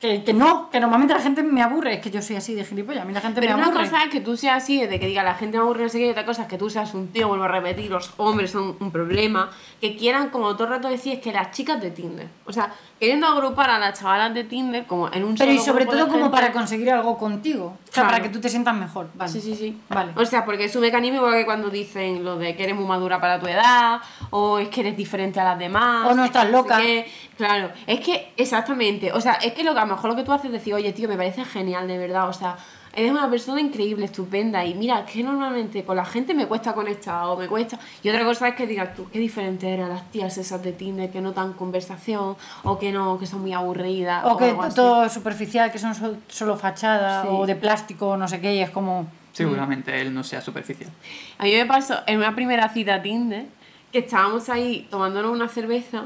[SPEAKER 2] que, que no, que normalmente la gente me aburre, es que yo soy así de gilipollas, a mí la gente
[SPEAKER 3] Pero
[SPEAKER 2] me
[SPEAKER 3] una
[SPEAKER 2] aburre.
[SPEAKER 3] cosa es que tú seas así, de que diga la gente me aburre, no sé qué, y otra cosa es que tú seas un tío, vuelvo a repetir, los hombres son un problema, que quieran como todo el rato decir es que las chicas de Tinder. O sea, queriendo agrupar a las chavalas de Tinder como en un
[SPEAKER 2] Pero y
[SPEAKER 3] solo
[SPEAKER 2] sobre
[SPEAKER 3] grupo de
[SPEAKER 2] todo como
[SPEAKER 3] gente.
[SPEAKER 2] para conseguir algo contigo, o sea,
[SPEAKER 3] Claro.
[SPEAKER 2] para que tú te sientas mejor, vale.
[SPEAKER 3] Sí, sí, sí.
[SPEAKER 2] Vale.
[SPEAKER 3] O sea, porque es un mecanismo igual que cuando dicen lo de que eres muy madura para tu edad, o es que eres diferente a las demás.
[SPEAKER 2] O no estás
[SPEAKER 3] sé
[SPEAKER 2] loca.
[SPEAKER 3] qué. Claro, es que exactamente. O sea, es que lo que a lo mejor lo que tú haces es decir, oye, tío, me parece genial, de verdad. O sea, eres una persona increíble, estupenda. Y mira, que normalmente con la gente me cuesta conectar o me cuesta. Y otra cosa es que digas tú, qué diferente eran las tías esas de Tinder que no dan conversación, o que no, que son muy aburridas.
[SPEAKER 2] O que
[SPEAKER 3] algo así.
[SPEAKER 2] todo es superficial, que son so- solo fachada
[SPEAKER 3] Sí.
[SPEAKER 2] o de plástico o no sé qué, y es como...
[SPEAKER 1] Seguramente él no sea superficial.
[SPEAKER 3] A mí me pasó en una primera cita a Tinder que estábamos ahí tomándonos una cerveza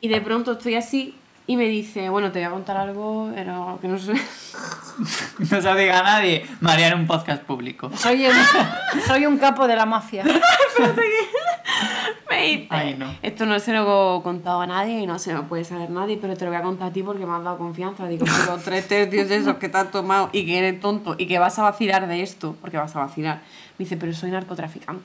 [SPEAKER 3] y de pronto estoy así y me dice, bueno, te voy a contar algo, pero que no sé.
[SPEAKER 1] No se lo diga a nadie. María en un podcast público.
[SPEAKER 2] Soy un, soy un capo de la mafia.
[SPEAKER 3] Me dice,
[SPEAKER 1] Ay, no.
[SPEAKER 3] esto no se lo he contado a nadie y no se lo puede saber nadie, pero te lo voy a contar a ti porque me has dado confianza. Digo, pero tres tercios de esos que te has tomado y que eres tonto y que vas a vacilar de esto, porque vas a vacilar. Me dice, pero soy narcotraficante.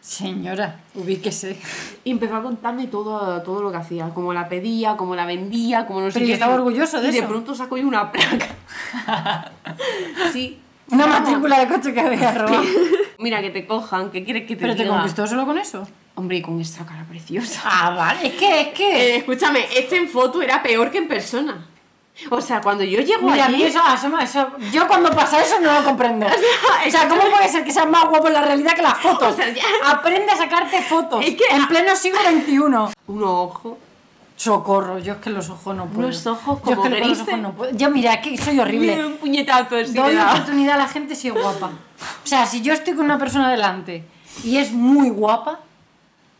[SPEAKER 2] Señora, ubíquese.
[SPEAKER 3] Y empezó a contarme todo, todo lo que hacía, cómo la pedía, cómo la vendía, cómo no sé
[SPEAKER 2] Pero y
[SPEAKER 3] qué.
[SPEAKER 2] estaba orgulloso de
[SPEAKER 3] Y de
[SPEAKER 2] eso.
[SPEAKER 3] pronto sacó yo una placa. sí.
[SPEAKER 2] Una matrícula de coche que había robado.
[SPEAKER 3] Mira, que te cojan, que quieres que te
[SPEAKER 2] Pero te
[SPEAKER 3] diga?
[SPEAKER 2] conquistó solo con eso.
[SPEAKER 3] Hombre, y con esa cara preciosa.
[SPEAKER 2] Ah, vale, es que, es que.
[SPEAKER 3] Eh, escúchame, este en foto era peor que en persona. O sea, cuando yo llego
[SPEAKER 2] Mira, a mí
[SPEAKER 3] allí...
[SPEAKER 2] eso, asoma- eso- Yo cuando pasa eso no lo comprendo. O sea, ¿cómo puede ser que seas más guapo en la realidad que las fotos?
[SPEAKER 3] O sea, ya-
[SPEAKER 2] Aprende a sacarte fotos.
[SPEAKER 3] Es que-
[SPEAKER 2] En pleno siglo XXI.
[SPEAKER 3] Un ojo.
[SPEAKER 2] Socorro, yo es que los ojos no puedo.
[SPEAKER 3] Unos ojos
[SPEAKER 2] Yo es
[SPEAKER 3] como
[SPEAKER 2] que con los
[SPEAKER 3] grises.
[SPEAKER 2] ojos no puedo. Yo, mira, es que soy horrible.
[SPEAKER 3] Un puñetazo así
[SPEAKER 2] Doy
[SPEAKER 3] le daba.
[SPEAKER 2] oportunidad a la gente si es guapa. O sea, si yo estoy con una persona delante y es muy guapa,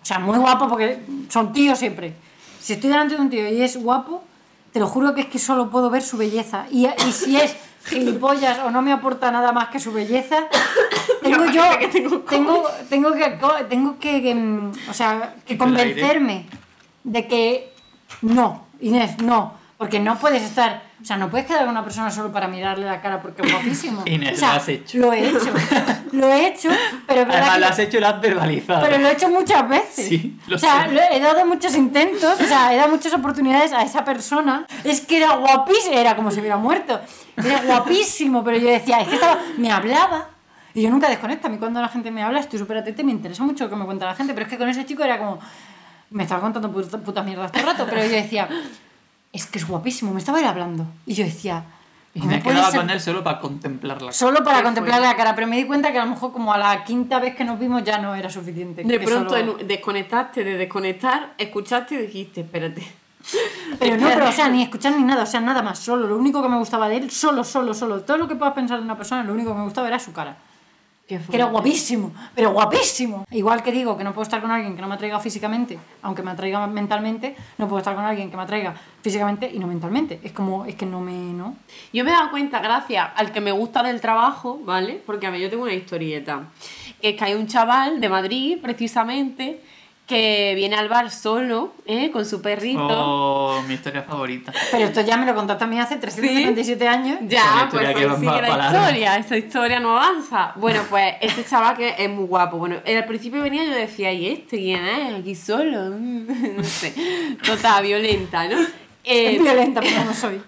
[SPEAKER 2] o sea, muy guapa porque son tíos siempre. Si estoy delante de un tío y es guapo, te lo juro que es que solo puedo ver su belleza. Y, y si es gilipollas o no me aporta nada más que su belleza, tengo yo.
[SPEAKER 3] parece que tengo
[SPEAKER 2] Tengo, tengo que. co- Tengo que. que, mm, o sea, que
[SPEAKER 1] el aire.
[SPEAKER 2] convencerme de que no, Inés, no. Porque no puedes estar. O sea, no puedes quedar con una persona solo para mirarle la cara porque es guapísimo.
[SPEAKER 1] Inés,
[SPEAKER 2] o sea,
[SPEAKER 1] lo has hecho.
[SPEAKER 2] Lo he hecho. Lo he hecho, pero es verdad
[SPEAKER 1] Además,
[SPEAKER 2] que-
[SPEAKER 1] lo has hecho y lo has verbalizado.
[SPEAKER 2] pero lo he hecho muchas veces.
[SPEAKER 1] Sí, lo
[SPEAKER 2] o sea,
[SPEAKER 1] sé.
[SPEAKER 2] lo- he dado muchos intentos, o sea, he dado muchas oportunidades a esa persona. Es que era guapísimo, era como si hubiera muerto. Era guapísimo, pero yo decía, es que estaba, me hablaba. Y yo nunca desconecto. A mí cuando la gente me habla, estoy súper atenta y me interesa mucho lo que me cuenta la gente. Pero es que con ese chico era como, me estaba contando puta- putas mierdas todo el rato. Pero yo decía, es que es guapísimo, me estaba él hablando. Y yo decía,
[SPEAKER 1] Y
[SPEAKER 2] ¿cómo
[SPEAKER 1] me he
[SPEAKER 2] puede
[SPEAKER 1] quedado
[SPEAKER 2] ser
[SPEAKER 1] con él solo para contemplarla.
[SPEAKER 2] Solo para
[SPEAKER 3] Qué
[SPEAKER 2] contemplar la
[SPEAKER 3] fuerte.
[SPEAKER 2] cara, pero me di cuenta que a lo mejor como a la quinta vez que nos vimos ya no era suficiente.
[SPEAKER 3] De
[SPEAKER 2] que
[SPEAKER 3] pronto
[SPEAKER 2] solo-
[SPEAKER 3] en un- desconectaste de desconectar, escuchaste y dijiste, espérate.
[SPEAKER 2] Pero no, pero o sea, ni escuchar ni nada, o sea, nada más, solo. Lo único que me gustaba de él, solo, solo, solo. Todo lo que puedas pensar de una persona, lo único que me gustaba era su cara.
[SPEAKER 3] Qué
[SPEAKER 2] Que era
[SPEAKER 3] fuerte.
[SPEAKER 2] guapísimo, pero guapísimo. Igual que digo que no puedo estar con alguien que no me atraiga físicamente, aunque me atraiga mentalmente, no puedo estar con alguien que me atraiga físicamente y no mentalmente. Es como, es que no me, ¿no?
[SPEAKER 3] Yo me he dado cuenta, gracias al que me gusta del trabajo, ¿vale? Porque a mí yo tengo una historieta. Que es que hay un chaval de Madrid, precisamente, que viene al bar solo, ¿eh? con su perrito.
[SPEAKER 1] Oh, mi historia favorita.
[SPEAKER 2] Pero esto ya me lo contaste a mí hace 377 años.
[SPEAKER 1] Esa
[SPEAKER 3] Ya, pues
[SPEAKER 1] historia que
[SPEAKER 3] ahí
[SPEAKER 1] va
[SPEAKER 3] sigue
[SPEAKER 1] para
[SPEAKER 3] la
[SPEAKER 1] largo.
[SPEAKER 3] historia, esa historia no avanza. Bueno, pues este chaval que es muy guapo. Bueno, él al principio venía y yo decía, ¿y este quién es? Aquí solo, Mm, no sé. Total, violenta, ¿no? Eh,
[SPEAKER 2] Es violenta, pero no soy.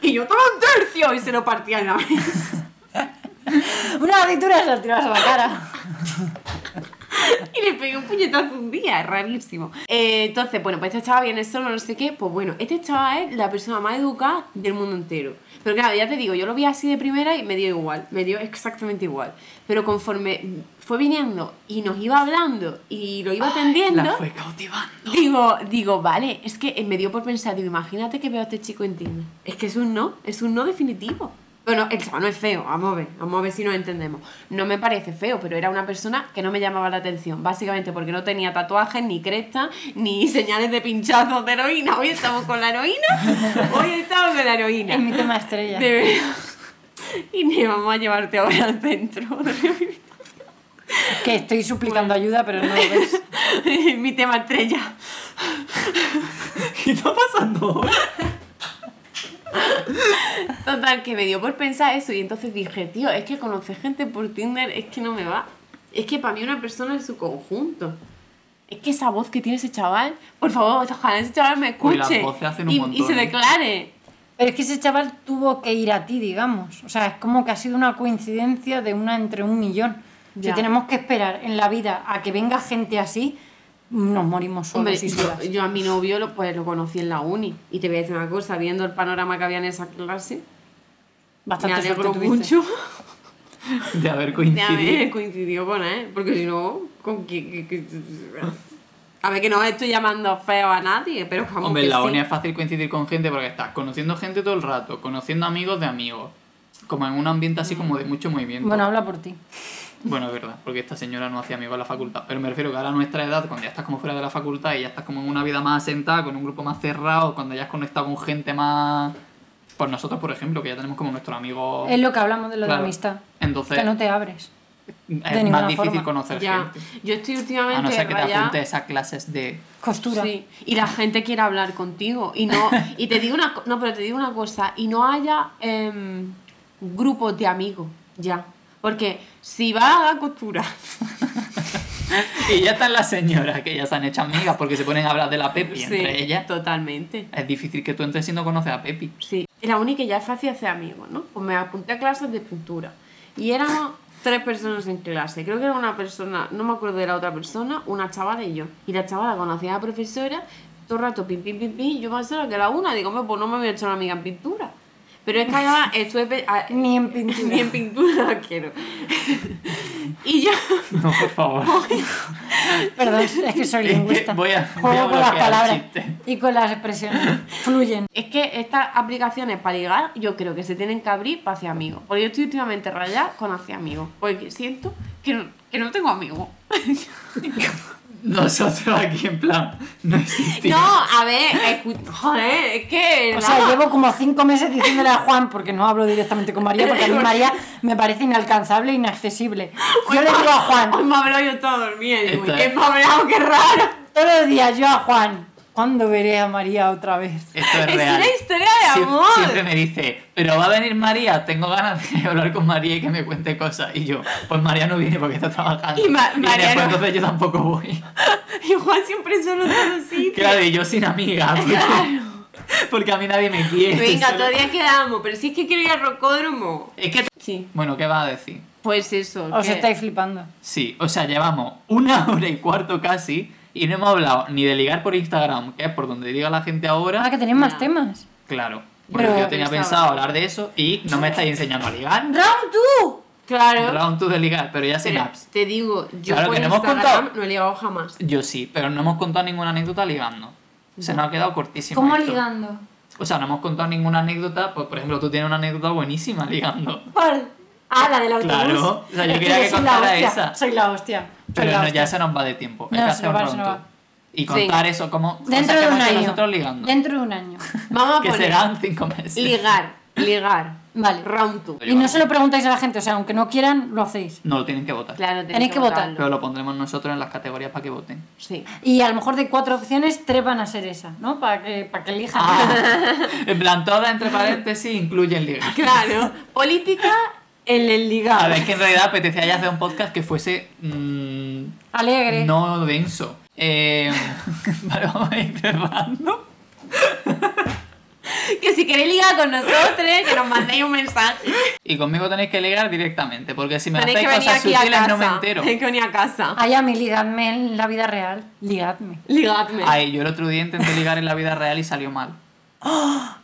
[SPEAKER 3] y yo toma un tercio y se lo partía en la mesa.
[SPEAKER 2] Una aventura se la tiras a la cara.
[SPEAKER 3] Y le pegué un puñetazo un día, es rarísimo. Eh, entonces, bueno, pues este chaval viene solo, no sé qué. Pues bueno, este chaval es la persona más educada del mundo entero. Pero claro, ya te digo, yo lo vi así de primera y me dio igual, me dio exactamente igual. Pero conforme fue viniendo y nos iba hablando y lo iba atendiendo,
[SPEAKER 1] La fue cautivando.
[SPEAKER 3] digo, digo, vale, es que me dio por pensar, digo, imagínate que veo a este chico en Tinder. Es que es un no, es un no definitivo. Bueno, el chaval no es feo, vamos a ver, vamos a ver si nos entendemos. No me parece feo, pero era una persona que no me llamaba la atención, básicamente porque no tenía tatuajes, ni cresta, ni señales de pinchazos de heroína. Hoy estamos con la heroína, hoy estamos con la heroína.
[SPEAKER 2] Es mi tema estrella.
[SPEAKER 3] De verdad. Y me vamos a llevarte ahora al centro.
[SPEAKER 2] Que estoy suplicando ayuda, pero no lo ves.
[SPEAKER 3] Mi tema estrella.
[SPEAKER 1] ¿Qué está pasando ahora?
[SPEAKER 3] Total, que me dio por pensar eso y entonces dije, tío, es que conocer gente por Tinder es que no me va. Es que para mí una persona es su conjunto. Es que esa voz que tiene ese chaval, por favor, ojalá ese chaval me
[SPEAKER 1] Uy, las
[SPEAKER 3] escuche
[SPEAKER 1] voces hacen un
[SPEAKER 3] y, y
[SPEAKER 1] montón,
[SPEAKER 3] se
[SPEAKER 1] ¿eh?
[SPEAKER 3] declare.
[SPEAKER 2] Pero es que ese chaval tuvo que ir a ti, digamos. O sea, es como que ha sido una coincidencia de una entre un millón. Si
[SPEAKER 3] Ya.
[SPEAKER 2] tenemos que esperar en la vida a que venga gente así, nos morimos solos
[SPEAKER 3] Hombre,
[SPEAKER 2] y solas.
[SPEAKER 3] yo, yo a mi novio lo, pues, lo conocí en la uni y te voy a decir una cosa, viendo el panorama que había en esa clase,
[SPEAKER 2] Bastante
[SPEAKER 3] me
[SPEAKER 2] suerte
[SPEAKER 3] alegro
[SPEAKER 2] tuviste.
[SPEAKER 3] mucho
[SPEAKER 1] De haber
[SPEAKER 3] de haber
[SPEAKER 1] coincidido.
[SPEAKER 3] coincidido con él, porque si no, con que, A ver, que no estoy llamando feo a nadie, pero vamos
[SPEAKER 1] Hombre,
[SPEAKER 3] que
[SPEAKER 1] en la
[SPEAKER 3] sí.
[SPEAKER 1] uni es fácil coincidir con gente porque estás conociendo gente todo el rato, conociendo amigos de amigos. Como en un ambiente así como de mucho movimiento.
[SPEAKER 2] Bueno, habla por ti.
[SPEAKER 1] Bueno, es verdad, porque esta señora no hacía amigos en la facultad. Pero me refiero que ahora a nuestra edad, cuando ya estás como fuera de la facultad y ya estás como en una vida más asentada, con un grupo más cerrado, cuando ya has conectado con gente más. Pues nosotros, por ejemplo, que ya tenemos como nuestros amigos.
[SPEAKER 2] Es lo que hablamos de lo de
[SPEAKER 1] Claro.
[SPEAKER 2] amistad.
[SPEAKER 1] Entonces,
[SPEAKER 2] Que no te abres.
[SPEAKER 1] es
[SPEAKER 2] ninguna
[SPEAKER 1] más difícil
[SPEAKER 2] forma.
[SPEAKER 1] conocer
[SPEAKER 3] Ya,
[SPEAKER 1] gente.
[SPEAKER 3] yo
[SPEAKER 1] A
[SPEAKER 3] estoy
[SPEAKER 1] no
[SPEAKER 3] últimamente
[SPEAKER 1] ser que te
[SPEAKER 3] rayada.
[SPEAKER 1] apuntes a clases de.
[SPEAKER 2] Costura.
[SPEAKER 3] Sí, y la gente quiere hablar contigo y no y te digo una co- no, pero te digo una cosa y no haya em, grupos de amigos ya, porque si vas a la costura,
[SPEAKER 1] Y ya están las señoras que ya se han hecho amigas porque se ponen a hablar de la Pepi
[SPEAKER 3] sí,
[SPEAKER 1] entre ellas.
[SPEAKER 3] totalmente.
[SPEAKER 1] Es difícil que tú entres si no conoces a Pepi.
[SPEAKER 3] Sí, la única que ya es fácil hacer amigos, ¿no? Pues me apunté a clases de pintura y éramos tres personas en clase. Creo que era una persona, no me acuerdo de la otra persona, una chavala y yo. Y la chavala conocía a la profesora, todo el rato pim, pim, pim, pim. Yo pensaba que era una, digo, "Hombre, pues no me había hecho una amiga en pintura. Pero es que además estuve pe- a-
[SPEAKER 2] Ni en pintura.
[SPEAKER 3] ni en pintura quiero. y yo,
[SPEAKER 1] No, por favor.
[SPEAKER 2] Perdón, es que soy
[SPEAKER 1] Es que
[SPEAKER 2] lingüista.
[SPEAKER 1] voy a- voy a
[SPEAKER 2] Juego con las
[SPEAKER 1] bloquear el
[SPEAKER 2] palabras
[SPEAKER 1] chiste.
[SPEAKER 2] y con las expresiones. Fluyen.
[SPEAKER 3] es que estas aplicaciones para ligar, yo creo que se tienen que abrir para hacer amigos. Porque yo estoy últimamente rayada con hacer amigos. Porque siento que no, que no tengo amigos.
[SPEAKER 1] Nosotros aquí en plan. No existimos.
[SPEAKER 3] No, a ver, escu- joder, es que.
[SPEAKER 2] O sea,
[SPEAKER 3] nada.
[SPEAKER 2] llevo como cinco meses diciéndole a Juan, porque no hablo directamente con María, porque a mí María me parece inalcanzable e inaccesible. Yo le digo a
[SPEAKER 3] Hoy
[SPEAKER 2] Juan,
[SPEAKER 3] me ha hablado yo toda dormida. y Digo,
[SPEAKER 1] Esto
[SPEAKER 3] ¿qué
[SPEAKER 1] es-
[SPEAKER 3] me ha hablado? ¡Qué raro!
[SPEAKER 2] todos los días yo a Juan, ¿cuándo veré a María otra vez?
[SPEAKER 1] Esto es,
[SPEAKER 3] Es
[SPEAKER 1] real.
[SPEAKER 3] una historia de
[SPEAKER 1] Siem-
[SPEAKER 3] amor.
[SPEAKER 1] Siempre me dice, pero va a venir María, tengo ganas de hablar con María y que me cuente cosas. Y yo, pues María no viene porque está trabajando.
[SPEAKER 3] Y Ma- María
[SPEAKER 1] después,
[SPEAKER 3] no-
[SPEAKER 1] entonces yo tampoco voy.
[SPEAKER 3] Y Juan siempre solo todo así.
[SPEAKER 1] Claro, y yo sin amiga. Porque, porque a mí nadie me quiere.
[SPEAKER 3] Venga,
[SPEAKER 1] Solo-
[SPEAKER 3] todavía quedamos, pero si es que quiero ir al rocódromo.
[SPEAKER 1] Es que...
[SPEAKER 3] Sí.
[SPEAKER 1] Bueno, ¿qué vas a decir?
[SPEAKER 3] Pues eso.
[SPEAKER 2] Os
[SPEAKER 3] que-
[SPEAKER 2] estáis flipando.
[SPEAKER 1] Sí, o sea, llevamos una hora y cuarto casi y no hemos hablado ni de ligar por Instagram, que es por donde diga la gente
[SPEAKER 2] Ah,
[SPEAKER 1] ahora.
[SPEAKER 2] que tenéis más
[SPEAKER 3] Ya.
[SPEAKER 2] temas.
[SPEAKER 1] Claro, porque
[SPEAKER 2] Pero-
[SPEAKER 1] yo tenía
[SPEAKER 3] Pero
[SPEAKER 1] pensado
[SPEAKER 3] estaba-
[SPEAKER 1] hablar de eso y no me estáis enseñando a ligar.
[SPEAKER 2] ¡Round two!
[SPEAKER 3] Claro.
[SPEAKER 1] Round 2 de ligar, pero ya sin
[SPEAKER 3] Pero
[SPEAKER 1] apps.
[SPEAKER 3] Te digo, yo
[SPEAKER 1] Claro,
[SPEAKER 3] por
[SPEAKER 1] que no hemos
[SPEAKER 3] Instagram
[SPEAKER 1] contado.
[SPEAKER 3] no he ligado jamás.
[SPEAKER 1] Yo sí, pero no hemos contado ninguna anécdota ligando. Se nos ha quedado cortísimo.
[SPEAKER 2] ¿Cómo
[SPEAKER 1] esto.
[SPEAKER 2] ligando?
[SPEAKER 1] O sea, no hemos contado ninguna anécdota. Pues, por ejemplo, tú tienes una anécdota buenísima ligando.
[SPEAKER 2] ¿Cuál? Ah, la del autobús.
[SPEAKER 1] Claro, o sea, yo
[SPEAKER 2] Es
[SPEAKER 1] quería que
[SPEAKER 2] soy la
[SPEAKER 1] contara
[SPEAKER 2] hostia,
[SPEAKER 1] esa.
[SPEAKER 2] Soy la hostia. soy
[SPEAKER 1] Pero
[SPEAKER 2] la
[SPEAKER 1] no,
[SPEAKER 2] hostia.
[SPEAKER 1] ya se nos va de tiempo. Hay
[SPEAKER 2] No,
[SPEAKER 1] que
[SPEAKER 2] se
[SPEAKER 1] hacer un
[SPEAKER 2] nos va,
[SPEAKER 1] round
[SPEAKER 2] se nos
[SPEAKER 1] two.
[SPEAKER 2] va.
[SPEAKER 1] Y contar
[SPEAKER 3] Sí.
[SPEAKER 1] eso como
[SPEAKER 2] Dentro
[SPEAKER 1] cosas
[SPEAKER 2] de
[SPEAKER 1] que
[SPEAKER 2] un
[SPEAKER 1] hemos hecho
[SPEAKER 2] año.
[SPEAKER 1] nosotros ligando.
[SPEAKER 2] Dentro de un año.
[SPEAKER 3] Vamos a
[SPEAKER 1] Que
[SPEAKER 3] poner
[SPEAKER 1] serán cinco meses.
[SPEAKER 3] ligar, Ligar.
[SPEAKER 2] Vale.
[SPEAKER 3] Round 2.
[SPEAKER 2] Y no se lo preguntáis a la gente, o sea, aunque no quieran, lo hacéis.
[SPEAKER 1] No lo tienen que votar.
[SPEAKER 3] Claro, tenéis
[SPEAKER 2] Tenéis
[SPEAKER 3] que
[SPEAKER 2] que votar.
[SPEAKER 3] votarlo.
[SPEAKER 1] Pero lo pondremos nosotros en las categorías para que voten.
[SPEAKER 3] Sí.
[SPEAKER 2] Y a lo mejor de cuatro opciones, tres van a ser esa, ¿no? Para que, para que elijan.
[SPEAKER 1] Ah, en plan, todas entre paréntesis incluyen ligar.
[SPEAKER 3] Claro. Política en el
[SPEAKER 1] A
[SPEAKER 3] ligado.
[SPEAKER 1] ver, es que en realidad apetecía ya hacer un podcast que fuese mm,
[SPEAKER 2] Alegre.
[SPEAKER 1] no denso. Eh, vale, vamos a ir cerrando.
[SPEAKER 3] Que si queréis ligar con nosotros, que nos mandéis un mensaje.
[SPEAKER 1] Y conmigo tenéis que ligar directamente, porque si me
[SPEAKER 3] Tenéis que
[SPEAKER 1] hacéis
[SPEAKER 3] venir
[SPEAKER 1] cosas
[SPEAKER 3] aquí a
[SPEAKER 1] sutiles
[SPEAKER 3] casa.
[SPEAKER 1] no me entero.
[SPEAKER 3] Tenéis que venir a casa.
[SPEAKER 2] Ay, a mí, ligadme en la vida real. Ligadme.
[SPEAKER 3] Ligadme.
[SPEAKER 1] Ay, yo el otro día intenté ligar en la vida real y salió mal.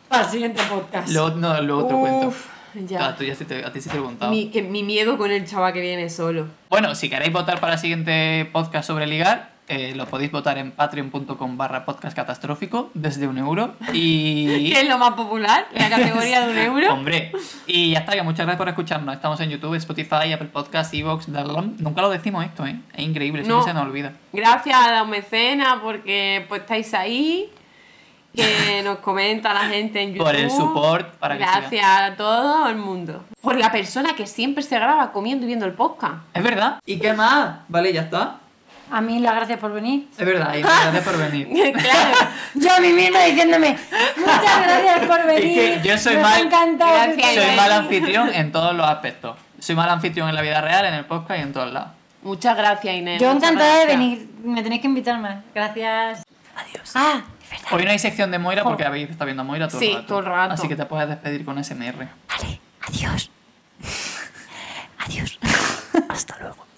[SPEAKER 2] Para el siguiente podcast.
[SPEAKER 1] Lo, no, lo otro cuento.
[SPEAKER 3] Uf, ya.
[SPEAKER 1] Claro, tú ya se te- a ti sí te he contado.
[SPEAKER 3] Mi, que, mi miedo con el chaval que viene solo.
[SPEAKER 1] Bueno, si queréis votar para el siguiente podcast sobre ligar, eh, lo podéis votar en patreon.com barra podcast catastrófico desde un euro. Y...
[SPEAKER 3] ¿Qué es lo más popular? La categoría de un euro.
[SPEAKER 1] Hombre, y ya está, que muchas gracias por escucharnos. Estamos en YouTube, Spotify, Apple Podcasts, Evox, Nunca lo decimos esto, ¿eh? Es increíble,
[SPEAKER 3] No.
[SPEAKER 1] siempre se nos olvida.
[SPEAKER 3] Gracias a la mecena porque pues estáis ahí. Que nos comenta la gente en YouTube.
[SPEAKER 1] Por el support, para que
[SPEAKER 3] Gracias a todo el mundo. Por la persona que siempre se graba comiendo y viendo el podcast.
[SPEAKER 1] Es verdad. ¿Y qué más? Vale, ya está.
[SPEAKER 2] A mí, las gracias por venir.
[SPEAKER 1] Es verdad, y gracias por venir.
[SPEAKER 3] claro.
[SPEAKER 2] Yo a mí misma diciéndome, muchas gracias por venir.
[SPEAKER 1] Es que yo soy
[SPEAKER 2] me
[SPEAKER 1] mal-
[SPEAKER 2] ha encantado.
[SPEAKER 3] Gracias,
[SPEAKER 1] Soy
[SPEAKER 3] Isabel.
[SPEAKER 1] mal anfitrión en todos los aspectos. Soy mal anfitrión en la vida real, en el podcast y en todos lados.
[SPEAKER 3] Muchas gracias, Inés.
[SPEAKER 2] Yo
[SPEAKER 3] muchas
[SPEAKER 2] encantada de
[SPEAKER 3] gracias.
[SPEAKER 2] venir. Me tenéis que invitar más. Gracias. Adiós. Ah,
[SPEAKER 1] Hoy no hay sección de Moira porque habéis estado viendo a Moira todo
[SPEAKER 3] Sí,
[SPEAKER 1] el rato.
[SPEAKER 3] todo el rato.
[SPEAKER 1] Así que te puedes despedir con SMR.
[SPEAKER 2] vale. Adiós. Adiós. Hasta luego.